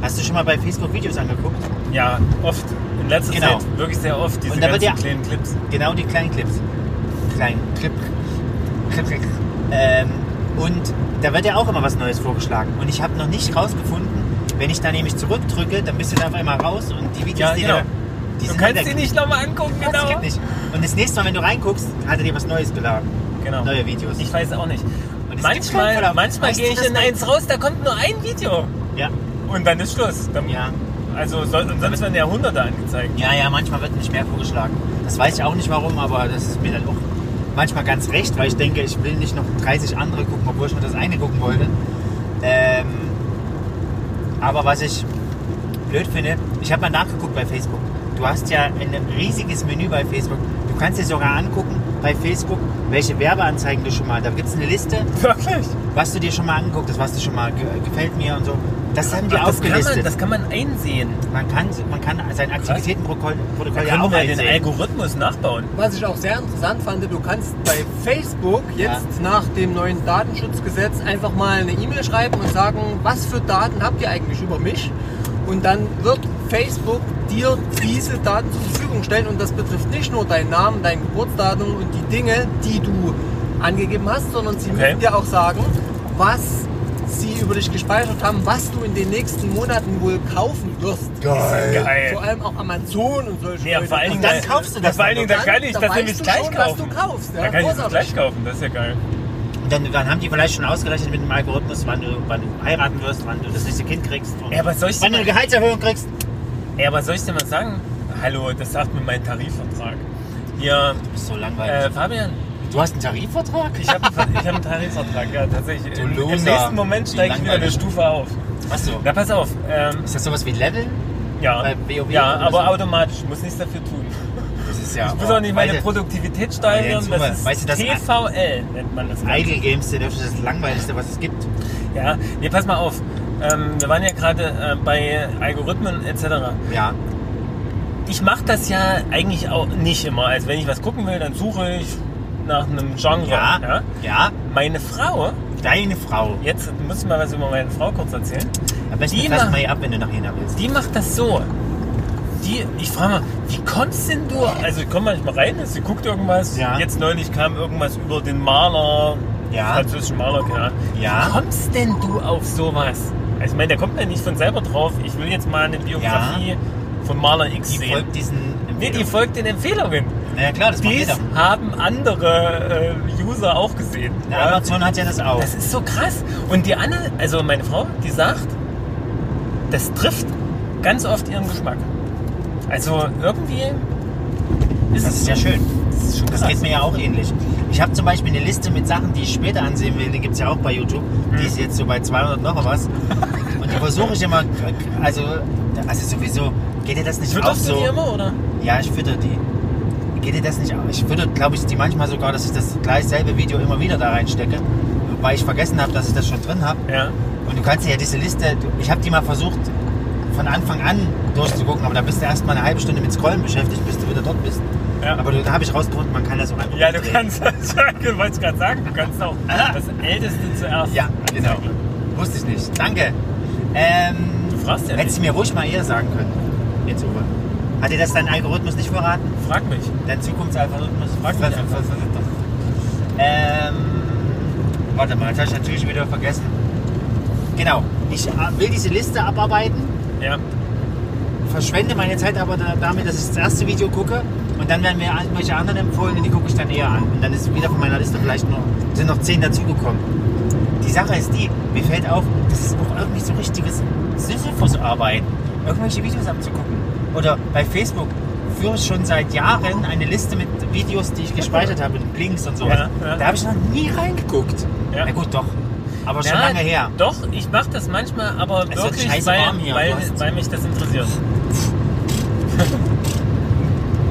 Hast du schon mal bei Facebook Videos angeguckt?
Ja, oft. In letzter
Genau.
Zeit wirklich sehr oft, diese
Und da
ganzen
wird ja-
kleinen Clips.
Genau die kleinen Clips. Klein Clip. Clip, Clip. Ähm, und da wird ja auch immer was Neues vorgeschlagen. Und ich habe noch nicht rausgefunden, wenn ich da nämlich zurückdrücke, dann bist du da auf einmal raus und die Videos,
Ja,
die
genau.
da, die
Du
sind halt
kannst
weg.
die nicht nochmal angucken,
Ja, Das
genau.
geht nicht. Und das nächste Mal, wenn du reinguckst, hat er dir was Neues geladen.
Genau.
Neue Videos.
Ich weiß auch nicht.
gibt keinen
Manchmal,
Verlauf.
manchmal
Weißt
gehe
du
ich
das
in
bei-
eins raus, da kommt nur ein Video.
ja.
Und dann ist Schluss. Dann,
Ja.
Also soll, und sonst werden ja Hunderte angezeigt.
Ja, ja, manchmal wird nicht mehr vorgeschlagen. Das weiß ich auch nicht warum, aber das ist mir dann auch manchmal ganz recht, weil ich denke, ich will nicht noch 30 andere gucken, obwohl ich nur das eine gucken wollte. Ähm, aber was ich blöd finde, ich habe mal nachgeguckt bei Facebook. Du hast ja ein riesiges Menü bei Facebook. Du kannst dir sogar angucken bei Facebook, welche Werbeanzeigen du schon mal. Da gibt es eine Liste,
Wirklich?
was du dir schon mal angeguckt hast, was dir schon mal ge gefällt mir und so. Das haben die
Ach, das, kann
aufgelistet.
man, das kann man einsehen.
Man kann, man kann sein Aktivitätenprotokoll
Da
Protokoll ja
können
auch
wir den
einsehen.
Algorithmus nachbauen.
Was ich auch sehr interessant fand, du kannst bei Facebook jetzt nach dem neuen Datenschutzgesetz einfach mal eine E-Mail schreiben und sagen, was für Daten habt ihr eigentlich über mich? Und dann wird Facebook dir diese Daten zur Verfügung stellen und das betrifft nicht nur deinen Namen, dein Geburtsdatum und die Dinge, die du angegeben hast, sondern sie
Okay.
müssen dir auch sagen, was sie über dich gespeichert haben, was du in den nächsten Monaten wohl kaufen wirst.
Geil.
Vor allem auch Amazon und solche
Ja,
Leute.
vor allen Dingen,
Und dann
weil-
kaufst du das
Vor allen
dann
Dingen, da
doch.
kann ich
Dann
das
weißt
nämlich
du
gleich
schon, was
kaufen.
du kaufst, ja.
Da kann ich das
Großartig.
gleich kaufen, das ist ja geil.
Und dann, dann haben die vielleicht schon ausgerechnet mit dem Algorithmus, wann du, wann du heiraten wirst, wann du das nächste Kind kriegst. Und
Ja, aber soll ich dir
wann du eine
mal,
Gehaltserhöhung kriegst.
ja, aber soll ich dir mal sagen? Hallo, das sagt mir mein Tarifvertrag. Hier,
Du bist so
äh,
langweilig.
Fabian,
Äh, du hast einen Tarifvertrag?
ich habe einen, ich hab einen Tarifvertrag, ja, tatsächlich.
Du
Im, Im
Loser.
nächsten Moment
Wie
steige ich wieder eine
langweilig.
Stufe auf.
Achso.
Na, pass auf. Ähm,
Ist das sowas wie Level?
ja,
Bei WoW
ja
oder so?
aber automatisch, muss nichts dafür tun.
Das ist ja.
Ich muss auch nicht meine
Weite-
Produktivität steigern,
Jetzt,
das
Uwe,
ist
weißt du, das-
TVL, nennt man das. Ganze.
Idle Games sind das, das langweiligste, was es gibt.
Ja, nee, pass mal auf. Ähm, wir waren ja gerade äh, bei Algorithmen etc.
Ja.
ich mache das ja eigentlich auch nicht immer. Also wenn ich was gucken will, dann suche ich nach einem Genre.
Ja.
ja?
Ja. ja.
Meine Frau,
Deine Frau.
jetzt muss ich mal was über meine Frau kurz erzählen,
Am besten
Die
lass
machen-
mal hier ab, wenn du nach Jena willst.
die macht das so. Die, ich frage mal, wie kommst denn du? Also ich komme manchmal rein, sie guckt irgendwas.
Ja.
Jetzt neulich kam irgendwas über den Maler,
Ja.
französischen Maler, keine Ahnung.
Ja.
Wie kommst denn du auf sowas? Also ich meine, der kommt ja nicht von selber drauf. Ich will jetzt mal eine Biografie von Maler X
Die
sehen.
folgt diesen.
nee, die folgt den Empfehlungen.
Na ja, klar, das macht
Dies
jeder.
haben andere äh, User auch gesehen.
Na, Amazon hat ja das auch.
Das ist so krass. Und die Anne, also meine Frau, die sagt, das trifft ganz oft ihren Geschmack. Also irgendwie ist
Das
es
ist ja schön. Das,
schon
geht mir ja auch ähnlich. Ich Ich habe zum Beispiel eine Liste mit Sachen, die ich später ansehen will. Die gibt es ja auch bei YouTube. Die
Mhm.
ist jetzt so bei 200 noch was. Und die versuche ich immer, also, also sowieso, geht dir das nicht auch
Fütterst
so?
du die immer, oder?
Ja, ich fütter die. Geht dir das nicht auch? Ich fütter, glaube ich, die manchmal sogar, dass ich das gleich selbe Video immer wieder da reinstecke, weil ich vergessen habe, dass ich das schon drin habe.
Ja.
Und du kannst dir ja diese Liste, ich habe die mal versucht von Anfang an durchzugucken, aber da bist du erst mal eine halbe Stunde mit Scrollen beschäftigt, bis du wieder dort bist.
Ja.
Aber da habe ich rausgefunden, man kann das auch einfach
Ja, du
umdrehen.
kannst, ich wollte gerade sagen, du kannst auch das Älteste zuerst.
Ja, genau. Wusste ich nicht. Danke. Ähm,
Du fragst ja
Hättest du mir ruhig mal eher sagen können. Jetzt, Uwe. Hat dir das dein Algorithmus nicht verraten?
Frag mich.
Dein Zukunftsalgorithmus?
Frag mich einfach.
Ähm, warte mal, das habe ich natürlich wieder vergessen. Genau, ich äh, will diese Liste abarbeiten,
Ja.
verschwende meine Zeit aber da- damit, dass ich das erste Video gucke und dann werden mir irgendwelche anderen empfohlen und die gucke ich dann eher an. Und dann ist wieder von meiner Liste vielleicht noch, sind noch zehn dazugekommen. Die Sache ist die, mir fällt auf, das ist auch irgendwie so richtiges Sisyphus-Arbeit, irgendwelche Videos abzugucken. Oder bei Facebook führe ich schon seit Jahren eine Liste mit Videos, die ich gespeichert habe, mit Links und so.
Ja, ja.
Da habe ich noch nie reingeguckt.
Ja.
Na gut, doch. Aber schon
ja,
lange her.
Doch, ich mache das manchmal, aber
ist doch
wirklich,
scheiße
weil,
warm hier,
weil,
du hast-
weil mich das interessiert.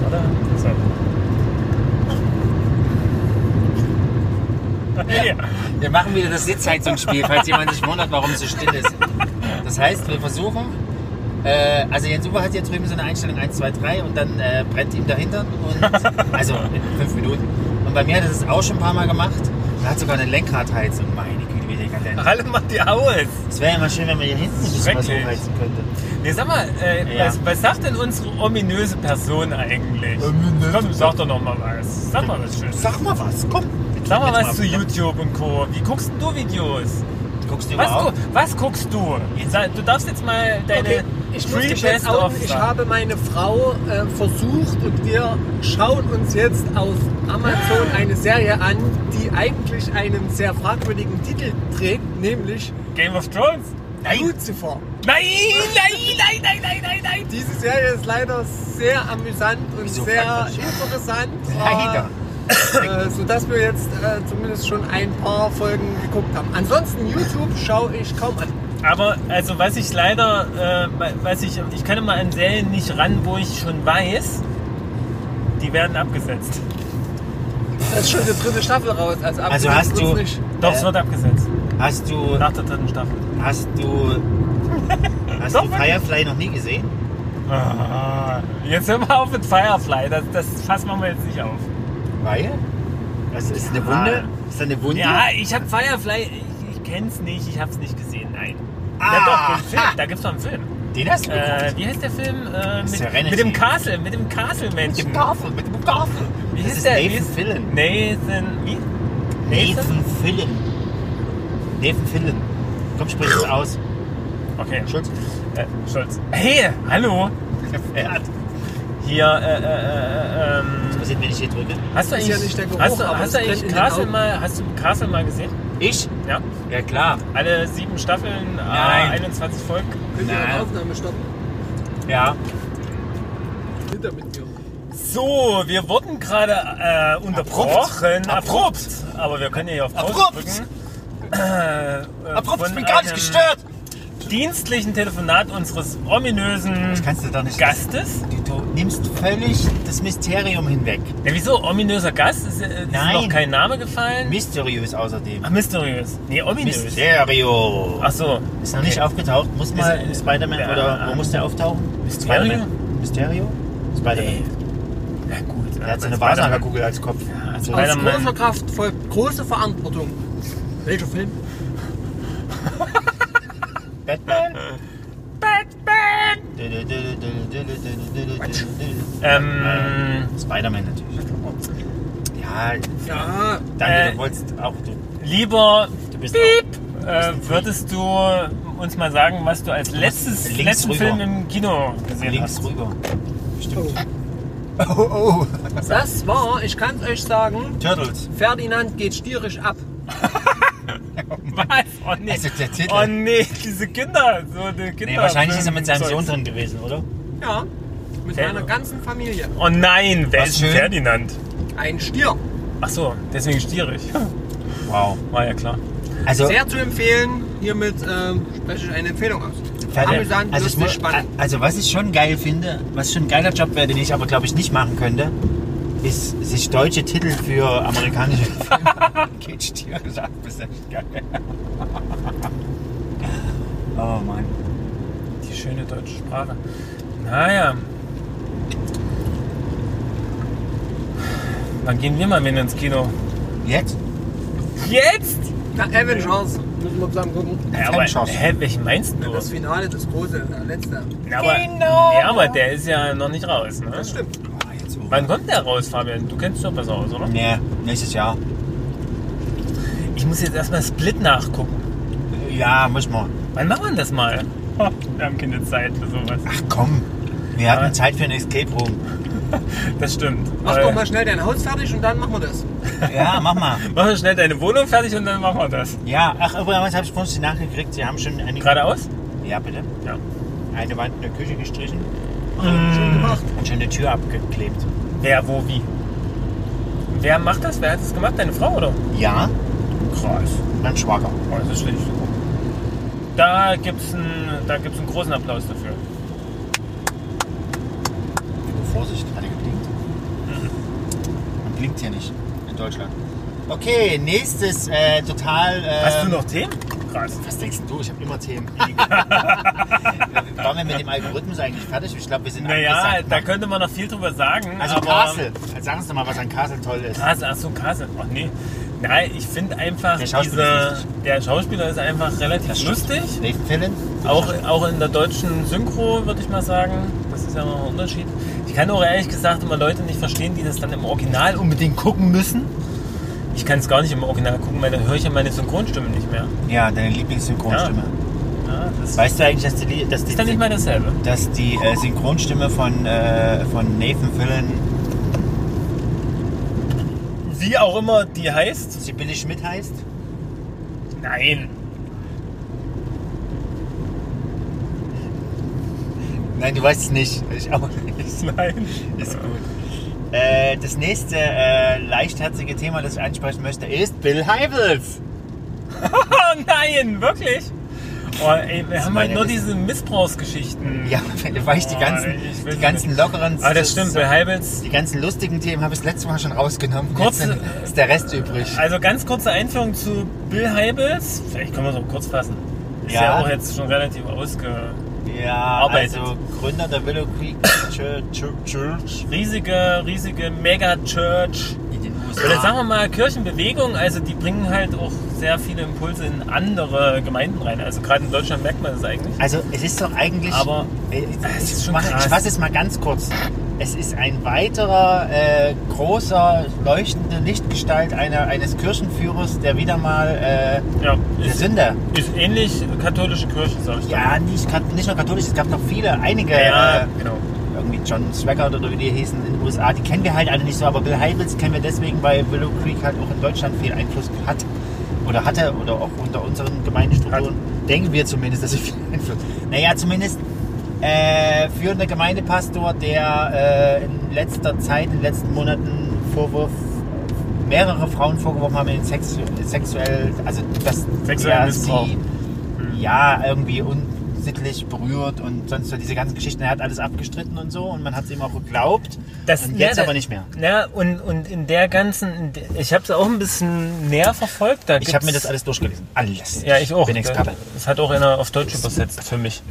Oder? So. Ja.
Wir machen wieder das Sitzheizungsspiel, falls jemand sich wundert, warum es so still ist. Das heißt, wir versuchen, äh, also Jens Uwe hat hier drüben so eine Einstellung 1, 2, 3 und dann äh, brennt ihm dahinter. Und, also in 5 Minuten. Und bei mir hat er das auch schon ein paar Mal gemacht. Er hat sogar eine Lenkradheizung. Meine Güte, wie dekadent.
Alle macht die aus.
Es wäre ja mal schön, wenn man hier hinten ein bisschen was
Schrecklich.
hochheizen könnte.
Nee, sag mal, äh,
Ja.
was, was sagt denn unsere ominöse Person eigentlich?
Ominöse.
Komm, sag doch noch mal was. Sag mal was Schönes.
Sag mal was, komm.
Sag mal
Jetzt
was zu
komm.
YouTube und Co. Wie guckst denn du Videos?
Guckst du
Was,
überhaupt?
gu was guckst du? Sag- Du darfst jetzt mal deine
Okay, ich muss
Three
dich jetzt
Best of
outen. Ich
sagen.
habe meine Frau äh, versucht und wir schauen uns jetzt auf Amazon eine Serie an, die eigentlich einen sehr fragwürdigen Titel trägt, nämlich
Game of Thrones?
Nein.
Lucifer.
Nein, nein, nein, nein, nein, nein, nein.
Diese Serie ist leider sehr amüsant und
Wieso
sehr
fragwürdig?
interessant.
Leider.
Äh, sodass wir jetzt äh, zumindest schon ein paar Folgen geguckt haben. Ansonsten YouTube schaue ich kaum an.
Aber also was ich leider, äh, was ich, ich kann immer an Serien nicht ran, wo ich schon weiß, die werden abgesetzt.
Da ist schon die dritte Staffel raus. Also,
Also
abgesetzt
hast
wird's
du-
Nicht.
Doch,
Äh.
es wird abgesetzt.
Hast du,
Nach der dritten Staffel.
hast du, hast
Doch,
du Firefly noch nie gesehen?
Ah, jetzt hör mal auf mit Firefly. Das, das fassen wir mal jetzt nicht auf.
Weil? Was ist eine
Ja.
Wunde? Ist da eine Wunde?
Ja, ich habe Firefly. Ich, ich kenn's nicht. Ich hab's nicht gesehen. Nein.
Ah.
Ja, doch, den Film. Da gibt's doch einen Film.
Den hast du
Äh,
geguckt.
wie heißt der Film? Äh,
Serenity.
mit, mit dem Castle, mit dem Castle-Menschen.
Tafel, mit dem Tafel.
Wie
Das
hieß
ist
der? Wie
Nathan
hieß-
Fillion.
Nathan. Wie?
Nathan Fillion. Nathan Fillion. Komm, sprich es aus.
Okay.
Schulz.
Äh, Scholz. Hey, hallo.
Gefährt.
Hier, äh, äh, äh, ähm,
Was sind, wenn ich hier drücke?
hast du
Ist
eigentlich,
ja nicht der Geruch,
hast du,
aber
hast
es
du
brennt in
eigentlich
den
Castle
Augen.
mal, hast du Castle mal gesehen?
Ich?
Ja.
Ja, klar.
Alle sieben Staffeln, äh,
Nein.
21 Folgen.
Könnt ihr
Nein.
eine Aufnahme stoppen?
Ja.
Hinter mit mir.
So, wir wurden gerade äh, unterbrochen.
Abrupt.
Abrupt. Aber wir können ja hier auf Pause
Abrupt.
drücken. Äh, äh,
Abrupt,
von
ich bin gar nicht
einem
gestört.
dienstlichen Telefonat unseres ominösen
Das kannst du doch nicht.
Gastes.
Du, du nimmst völlig das Mysterium hinweg.
Ja, wieso? Ominöser Gast? Ist, äh, ist
Nein.
noch kein Name gefallen?
Mysteriös außerdem.
Ach, mysteriös. Nee, ominös.
Mysterio.
Ach so.
Ist noch nicht aufgetaucht. Muss mal
Ist-
in Spider-Man
Ja.
oder wo muss der auftauchen?
Mysterio?
Spider-Man. Mysterio? Spider-Man.
Nee. Na gut.
Er hat seine
Spider-Man.
Wahrsagerkugel als Kopf. So.
Spider-
Aus
Spider-Man.
großer Kraft folgt große Verantwortung. Welcher Film?
Batman?
Batman! Ähm,
Spider-Man natürlich. Ja,
Ja,
Daniel,
Äh,
du wolltest auch. Du,
lieber
du bist auch.
Piep, äh, würdest du uns mal sagen, was du als letztes,
links
letzten
rüber.
Film im Kino gesehen
Links
hast?
rüber.
oh.
Oh, oh.
das war, ich kann es euch sagen,
Turtles.
Ferdinand geht stierisch ab.
Was? Oh nee.
Also der Titel.
Oh nee, diese Kinder. So die Kinder
Nee, wahrscheinlich ist er mit seinem
Zeug.
Sohn drin gewesen, oder?
Ja, mit
Fer-
meiner ganzen Familie.
Oh nein, wer
Was
ist
schön.
Ferdinand?
Ein Stier.
Ach so, deswegen stierig.
Wow.
War ja klar.
Also,
Sehr zu empfehlen. Hiermit ähm, spreche ich eine Empfehlung aus.
Pferde-
Amüsant,
also, ich
lustig,
muss-
spannend.
also was ich schon geil finde, was schon ein geiler Job wäre, den ich aber glaube ich nicht machen könnte, ist sich deutsche Titel für amerikanische Filme geht tierisch ab. Ist echt geil. Oh Mann.
Die schöne deutsche Sprache. Naja. Wann gehen wir mal wieder ins Kino?
Jetzt?
Jetzt?
Na, Avengers. Müssen wir zusammen gucken.
Ja, aber,
Chance.
hä, welchen meinst du?
Das Finale, das große, der letzte.
Ja, aber, ja, aber der ist ja noch nicht raus. Ne?
Das stimmt.
Ah, jetzt oh.
Wann kommt der raus, Fabian? Du kennst dich doch besser aus, oder?
Nee, nächstes Jahr.
Ich muss jetzt erstmal Split nachgucken.
Ja, muss man.
Wann machen wir das mal? Wir haben keine Zeit für sowas.
Ach komm. Wir hatten
Ja.
Zeit für einen Escape Room.
Das stimmt. Äh,
Mach
Weil-
Äh.
doch mal schnell dein Haus fertig und dann machen wir das.
Ja, mach mal.
Mach mal schnell deine Wohnung fertig und dann machen wir das.
Ja, ach übrigens habe ich vorhin die nachgekriegt, Sie haben schon eine...
Geradeaus?
Ja, bitte.
Ja.
Eine Wand in der Küche gestrichen Hm.
Schon gemacht.
und schon eine Tür abgeklebt.
Wer, wo, wie? Wer macht das? Wer hat das gemacht? Deine Frau, oder?
Ja,
Krass.
mein Schwager.
Oh, das ist schlecht. Da gibt's einen, da gibt's einen großen Applaus dafür.
Vorsicht, hat er geblinkt?
Mhm.
Man blinkt hier nicht in Deutschland. Okay, nächstes äh, total. Äh,
Hast du noch Themen? Ähm, Krass.
Was denkst du? Ich habe immer Themen. Waren wir mit dem Algorithmus eigentlich fertig? Ich glaube, wir sind
Naja,
angesagt.
da könnte man noch viel drüber sagen.
Also
aber Ah,
Kassel. Sagen Sie doch mal, was an Kassel toll ist.
Kassel, ach so, Kassel. Ach nee. Nein, ich finde einfach,
Der Schauspieler ist
diese, der Schauspieler ist einfach relativ lustig.
Dave Fillen?
Auch, auch in der deutschen Synchro, würde ich mal sagen. Das ist ja noch ein Unterschied. Ich kann auch ehrlich gesagt immer Leute nicht verstehen, die das dann im Original unbedingt gucken müssen. Ich kann es gar nicht im Original gucken, weil dann höre ich ja meine Synchronstimme nicht mehr.
Ja, deine Lieblingssynchronstimme.
Ja, das
Weißt du eigentlich, dass die, Lie- dass die,
ist dann nicht mehr dasselbe.
dass die äh, Synchronstimme von, äh, von Nathan Fillen
Wie auch immer die heißt.
Sibylle Schmidt heißt?
Nein.
Nein, du weißt es nicht. Ich auch nicht.
Nein.
Ist gut. Äh, das nächste äh, leichtherzige Thema, das ich ansprechen möchte, ist Bill Heibels.
Oh nein, wirklich? Oh, ey, wir haben halt
meine
nur
Liste.
diese Missbrauchsgeschichten.
Ja, weil ich die
Oh,
ganzen,
ich will
die ganzen
nicht.
lockeren,
Aber das stimmt, Bill Heibels
die ganzen lustigen Themen habe ich das letzte Mal schon rausgenommen.
Kurz,
Jetzt
äh,
ist der Rest übrig.
Also ganz kurze Einführung zu Bill Heibels. Vielleicht können wir es auch kurz fassen. Ist ja,
Ja.
auch jetzt schon relativ ausge...
Ja,
arbeitet.
also Gründer der Willow Creek Church, Church, Church
Riesige, riesige Mega-Church.
in den
Oder sagen
USA.
wir mal Kirchenbewegung. Also die bringen halt auch sehr viele Impulse in andere Gemeinden rein. Also gerade in Deutschland merkt man das eigentlich.
Also es ist doch eigentlich...
Aber
Äh,
Es
Ich,
ist schon
mache-
krass.
ich fasse es mal ganz kurz. Es ist ein weiterer äh, großer leuchtende Lichtgestalt einer, eines Kirchenführers, der wieder mal
ja,
äh, eine
ist,
Sünde.
ist ähnlich katholische Kirche, sag ich
Ja, nicht, kat- nicht nur katholisch, es gab noch viele, einige,
dann. ja
äh,
genau.
irgendwie John Swaggart oder wie die hießen in den USA, die kennen wir halt alle nicht so, aber Bill Heibels kennen wir deswegen, weil Willow Creek halt auch in Deutschland viel Einfluss hat oder hatte oder auch unter unseren Gemeindestrukturen, denken wir zumindest, dass sie viel Einfluss Naja, zumindest äh, führender Gemeindepastor, der äh, in letzter Zeit, in den letzten Monaten Vorwurf mehrere Frauen vorgeworfen haben, ihnen sexu sexuell, also dass
Sexuellen
der
Missbrauch.
sie ja, irgendwie unsittlich berührt und sonst so diese ganzen Geschichten. Er hat alles abgestritten und so und man hat es ihm auch geglaubt. und jetzt
ja,
aber nicht mehr.
Ja, und, und in der ganzen, in der, ich habe es auch ein bisschen näher verfolgt. Da
Ich habe mir
gibt's-
das alles durchgelesen. Alles.
Ja, ich auch.
Bin Experte.
Das hat auch einer auf Deutsch übersetzt für mich.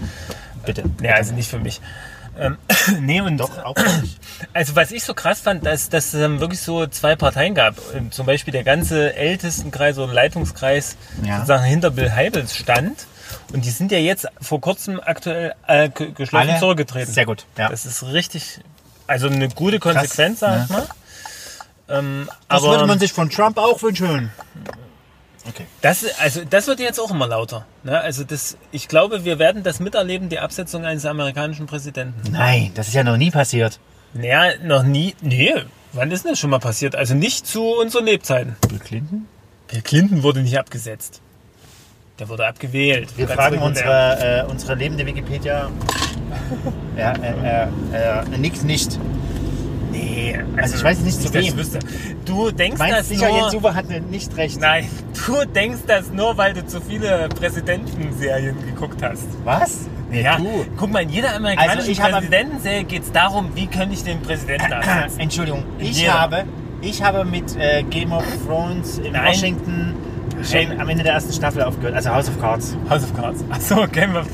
Bitte.
Ja, also nicht für mich. Ähm, nee, und
Doch, auch nicht.
also was ich so krass fand, dass, dass es dann wirklich so zwei Parteien gab. Ähm, Zum Beispiel der ganze Ältestenkreis oder Leitungskreis
Ja.
sozusagen hinter Bill Heibels stand. Und die sind ja jetzt vor kurzem aktuell äh, ge- geschlossen
Alle?
zurückgetreten.
Sehr gut, ja. ne?
Das ist richtig, also eine gute Konsequenz, sag ich mal. Ähm,
Das
aber
würde man sich von Trump auch wünschen. Okay.
das, also das wird jetzt auch immer lauter. Ne? Also das, ich glaube, wir werden das miterleben, die Absetzung eines amerikanischen Präsidenten.
Nein, das ist ja noch nie passiert.
Naja, noch nie. Nee, wann ist denn das schon mal passiert? Also nicht zu unseren Lebzeiten.
Bill Clinton?
Bill Clinton wurde nicht abgesetzt. Der wurde abgewählt.
Wir
Ganz
fragen
regulär.
unsere, äh, unsere lebende Wikipedia. ja, äh, äh, äh, nix nicht. Nee,
Nee, also,
ich weiß nicht, zu
dass ich
wem.
wüsste. Du denkst
Meinst
das
sicher,
nur...
Jens Uwe hatte nicht recht.
Nein, du denkst das nur, weil du zu viele Präsidentenserien geguckt hast.
Was? Nee,
Ja,
du.
guck mal, in jeder amerikanischen
Also ich habe-
Präsidentenserie geht es darum, wie könnte ich den Präsidenten absetzen.
Entschuldigung, ich
Jeder.
habe, ich habe mit äh, Game of Thrones in
Nein.
Washington schon
Nein.
am Ende der ersten Staffel aufgehört. Also House of Cards.
House of Cards. Achso, Game of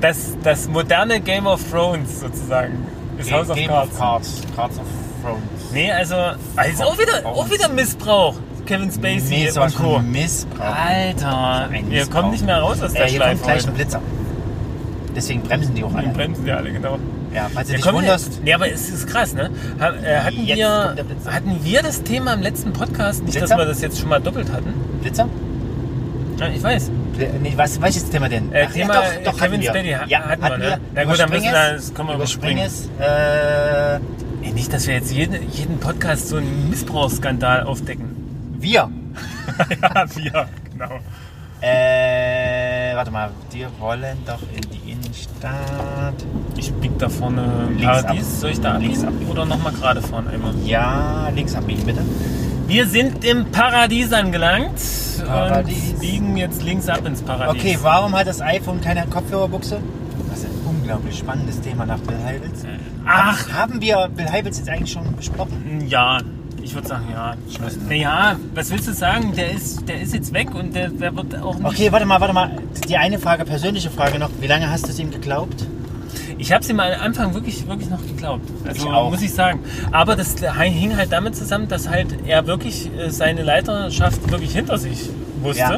das, das moderne Game of Thrones sozusagen ist House of
Game
Cards.
of Cards. Cards of Thrones.
Nee, also, also auch, wieder, auch wieder Missbrauch. Kevin Spacey
nee, sowas
und Co.
von Missbrauch.
Alter,
Ein
ihr
Missbrauch.
kommt nicht mehr raus aus der
Äh, hier kommt
Schleife.
gleich ein
heute.
Blitzer. Deswegen bremsen die auch
Die
alle.
bremsen ja alle, genau.
Ja, falls du
Wir
dich
kommen-
wunderst.
Nee, aber es ist krass, ne? Ha- äh, Hatten
Jetzt
wir,
kommt der Blitzer.
hatten wir das Thema im letzten Podcast? Nicht, dass
Blitzer?
wir das jetzt schon mal doppelt hatten.
Blitzer?
Ja, ich weiß.
Bl- Nee, was, welches Thema denn?
Äh,
Ach,
Thema
ja, doch, doch,
Kevin
hatten wir.
Spacey ha-
ja,
hatten wir,
hatten
ne?
wir.
Na gut, dann müssen wir-
Überspring
das können wir
überspring
überspringen.
es. Äh,
Ey, nicht, dass wir jetzt jeden, jeden Podcast so einen Missbrauchsskandal aufdecken.
wir.
ja, wir, genau.
Äh, warte mal, wir wollen doch in die Innenstadt.
Ich bieg da vorne
Links
Paradies.
ab.
Soll ich da
Links
abbiegen? Oder nochmal gerade fahren einmal?
Ja, links abbiegen bitte.
Wir sind im Paradies angelangt
Paradies.
und biegen jetzt links ab ins Paradies.
Okay, warum hat das iPhone keine Kopfhörerbuchse? Das ist ein unglaublich spannendes Thema nach Bill Heibels.
Ach,
Haben wir Bill Heibels jetzt eigentlich schon besprochen?
ja. Ich würde sagen, ja.
Schluss.
Naja, was willst du sagen? Der ist, der ist jetzt weg und der, der wird auch nicht...
Okay, warte mal, warte mal. Die eine Frage, persönliche Frage noch. Wie lange hast du es ihm geglaubt?
Ich habe es ihm am Anfang wirklich, wirklich noch geglaubt. Also
Ich auch.
muss ich sagen. Aber das hing halt damit zusammen, dass halt er wirklich äh, seine Leiterschaft wirklich hinter sich wusste.
Ja.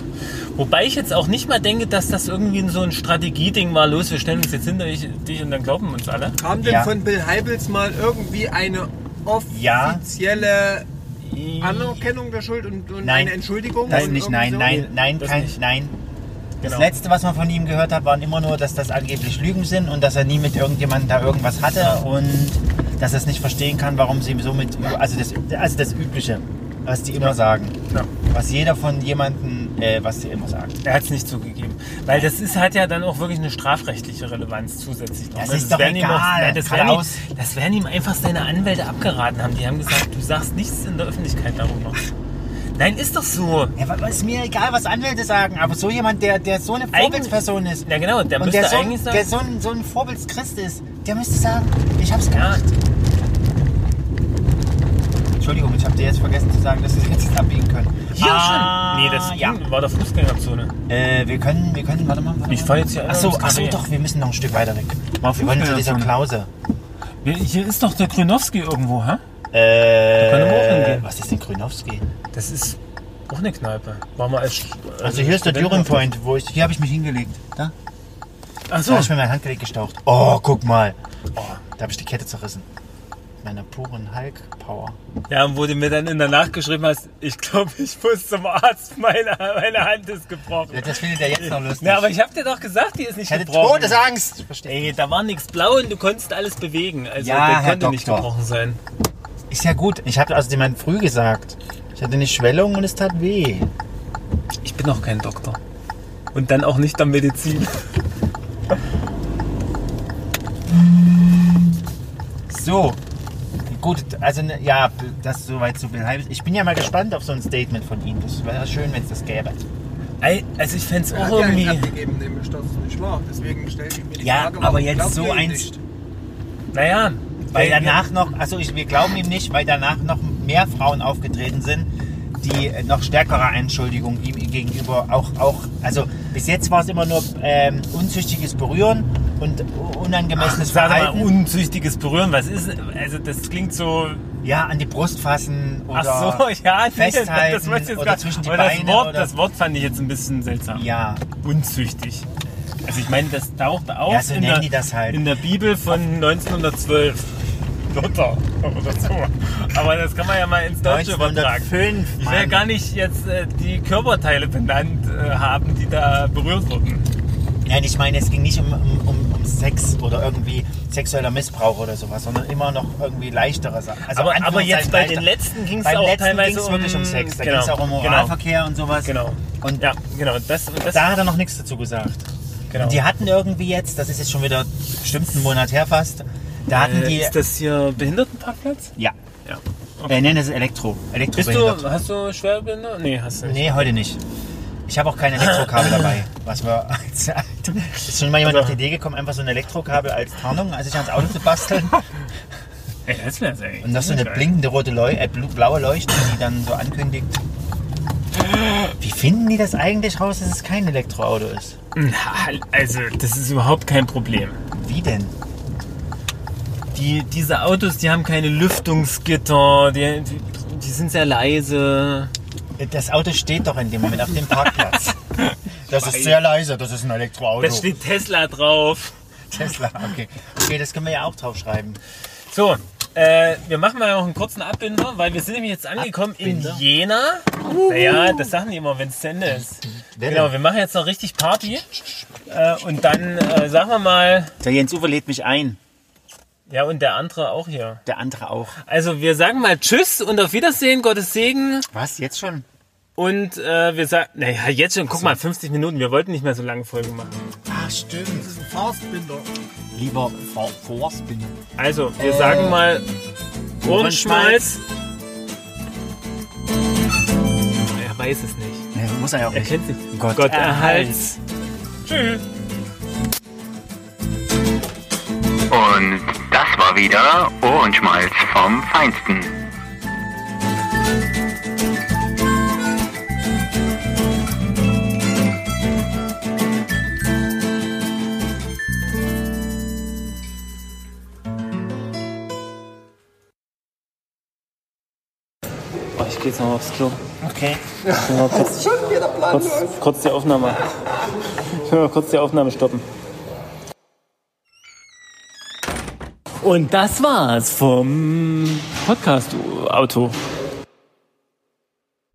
Wobei ich jetzt auch nicht mal denke, dass das irgendwie so ein Strategieding war. Los, wir stellen uns jetzt hinter dich dich und dann glauben uns alle.
Kam denn
Ja.
von Bill Heibels mal irgendwie eine
Ja.
offizielle Anerkennung der Schuld und, und
Nein.
eine Entschuldigung?
Das
und
nicht,
irgendwie
nein,
so?
nein, nein,
das
kein,
nicht.
nein. Das
Genau.
letzte, was man von ihm gehört hat, waren immer nur, dass das angeblich Lügen sind und dass er nie mit irgendjemandem da irgendwas hatte
Genau.
und dass er es nicht verstehen kann, warum sie ihm so mit, also das, also das Übliche, was die immer sagen.
Ja.
Was jeder von jemandem, äh, was sie immer sagt.
Er hat es nicht zugegeben. Weil das ist, hat ja dann auch wirklich eine strafrechtliche Relevanz zusätzlich. noch.
Das
Ne?
ist doch
werden ihm
egal.
nein, das, werden ihm,
Geradeaus.
das werden ihm einfach seine Anwälte abgeraten haben. Die haben gesagt, du sagst nichts in der Öffentlichkeit darüber. Nein, ist doch so.
Ja, wa- ist mir egal, was Anwälte sagen, aber so jemand, der, der so eine
Eigentlich-
Vorbildsperson ist
Na genau, der
und
müsste
der, so,
eigentlich sagen.
der so ein, so ein Vorbildschrist ist, der müsste sagen, ich hab's
ja,
gemacht. Entschuldigung, ich hab dir jetzt vergessen zu sagen, dass wir jetzt abbiegen können.
hier
Ah,
schon. Nee, das
ja.
war der Fußgängerzone.
Äh, wir können, wir können, warte mal. Warte
Ich
mal.
fahr jetzt hier
Achso,
einmal ins
achso,
Café.
doch, wir müssen noch ein Stück weiter weg.
Mal
Wir wollen zu dieser
Fußgängerzone.
Klause.
Hier ist doch der Grünowski irgendwo, hä?
Äh,
können wir auch hingehen. Also
was ist denn Grünowski?
Das ist auch eine Kneipe. War mal als,
Also hier ist der During Point, wo ich, hier habe ich mich hingelegt. Da, da
Achso.
habe ich mir mein Handgelenk gestaucht. Oh, guck mal. Oh, da habe ich die Kette zerrissen. Mit Meiner puren Hulk-Power.
Ja, und wo du mir dann in der Nacht geschrieben hast, ich glaube, ich muss zum Arzt, meine, meine Hand ist gebrochen.
Ja, Das findet er jetzt noch lustig.
Na, aber ich hab dir doch gesagt, die ist nicht
ich hatte
gebrochen.
Todesangst. Verstehe.
Ey, da war nichts blau und du konntest alles bewegen. Also
Ja,
der
Herr
konnte nicht
Doktor.
gebrochen sein.
Ist ja gut. Ich habe also jemand früh gesagt. Ich hatte eine Schwellung und es tat weh.
Ich bin auch kein Doktor. Und dann auch nicht der Medizin.
So. Gut, also ne- ja, das soweit zu Bill Heibels. Ich bin ja mal gespannt auf so ein Statement von ihm. Das wäre schön, wenn es das gäbe.
Ey, Also ich fänd's
Er hat
auch
ja einen
irgendwie.
abgegeben, nämlich dass es nicht war. Deswegen stelle ich mir die
Ja,
Frage,
aber
warum
jetzt
glaubt
so
ihr ihm
eins-
nicht?
Naja.
Weil
der-
danach noch, also ich, wir glauben ihm nicht, weil danach noch mehr Frauen aufgetreten sind, die äh, noch stärkere Anschuldigungen ihm gegenüber auch, auch also bis jetzt war es immer nur ähm, unzüchtiges Berühren und unangemessenes
Sag mal,
Verhalten.
unzüchtiges Berühren, was ist. Also das klingt so.
ja, an die Brust fassen oder
Ach so, ja, nee, das,
festhalten
das wollte ich jetzt
oder
gar
zwischen die
aber das,
Beine
Wort,
oder-
das Wort fand ich jetzt ein bisschen seltsam.
ja,
unzüchtig. Also ich meine, das taucht auf
Ja, so
in,
nennen
der,
die das halt.
in der Bibel von 1912. Luther oder so. Aber das kann man ja mal ins Deutsche übertragen.
1905,
Ich will ja
Mann.
gar nicht jetzt äh, die Körperteile benannt äh, haben, die da berührt wurden.
Nein, ich meine, es ging nicht um, um, um, um Sex oder irgendwie sexueller Missbrauch oder sowas, sondern immer noch irgendwie leichtere Sachen. Also
Aber- aber
Anführungszeichen
jetzt bei den
leichter.
letzten ging's
Beim
auch
letzten
teilweise
ging's wirklich
um-
um Sex. Da
genau,
ging es auch um
genau.
Oralverkehr und sowas.
Genau.
Und
Ja, genau. Das, und das,
da hat er noch nichts dazu gesagt.
genau.
Und die hatten irgendwie jetzt, das ist jetzt schon wieder bestimmt einen Monat her fast, da hatten
äh,
die.
ist das hier Behindertenparkplatz?
Ja.
ja.
Äh, nein, das ist Elektro.
Bist
Elektrobehindert.
du, hast du Schwerbehinderung? Nee, hast du nicht.
Nee, heute nicht. Ich habe auch kein Elektrokabel dabei. Was war als, ist schon mal jemand auf die Idee gekommen, einfach so ein Elektrokabel als Tarnung, als ich ans Auto zu basteln.
Ey, das wär's eigentlich.
Und noch so eine blinkende rote Leu äh, blu- blaue Leuchte, die dann so ankündigt. Wie finden die das eigentlich raus, dass es kein Elektroauto ist?
Na, also, das ist überhaupt kein Problem.
Wie denn?
Die, diese Autos, die haben keine Lüftungsgitter, die, die, die sind sehr leise.
Das Auto steht doch in dem Moment auf dem Parkplatz. Das ist sehr leise, das ist ein Elektroauto.
Da steht Tesla drauf.
Tesla, okay. Okay, das können wir ja auch draufschreiben.
So, äh, wir machen mal noch einen kurzen Abbinder, weil wir sind nämlich jetzt angekommen
Abbinder?
in Jena. Naja, das sagen die immer, wenn es Sende ist.
Welle.
Genau, wir machen jetzt noch richtig Party. Äh, und dann äh, sagen wir mal,
Der Jens Uwe lädt mich ein,
ja, und der andere auch hier.
der andere auch.
Also, wir sagen mal Tschüss und auf Wiedersehen, Gottes Segen.
Was, jetzt schon?
Und äh, wir sagen, naja, jetzt schon, guck mal, 50 Minuten, wir wollten nicht mehr so lange Folgen machen.
Ah, stimmt.
Das ist ein Fahrstbinder.
Lieber Vor Forstbinder.
Also, wir sagen mal Ohrenschmalz. Er weiß es nicht.
Nee, muss er ja auch
Er
nicht.
kennt sich.
Gott Ah,
erhalts. Tschüss.
Und das war wieder Ohrenschmalz vom Feinsten.
Oh, ich geh jetzt nochmal aufs Klo.
Okay.
Ich will mal kurz,
Schon wieder Plan.
kurz, kurz die Aufnahme. Ich will mal kurz die Aufnahme stoppen. Und das war's vom Podcast-Auto.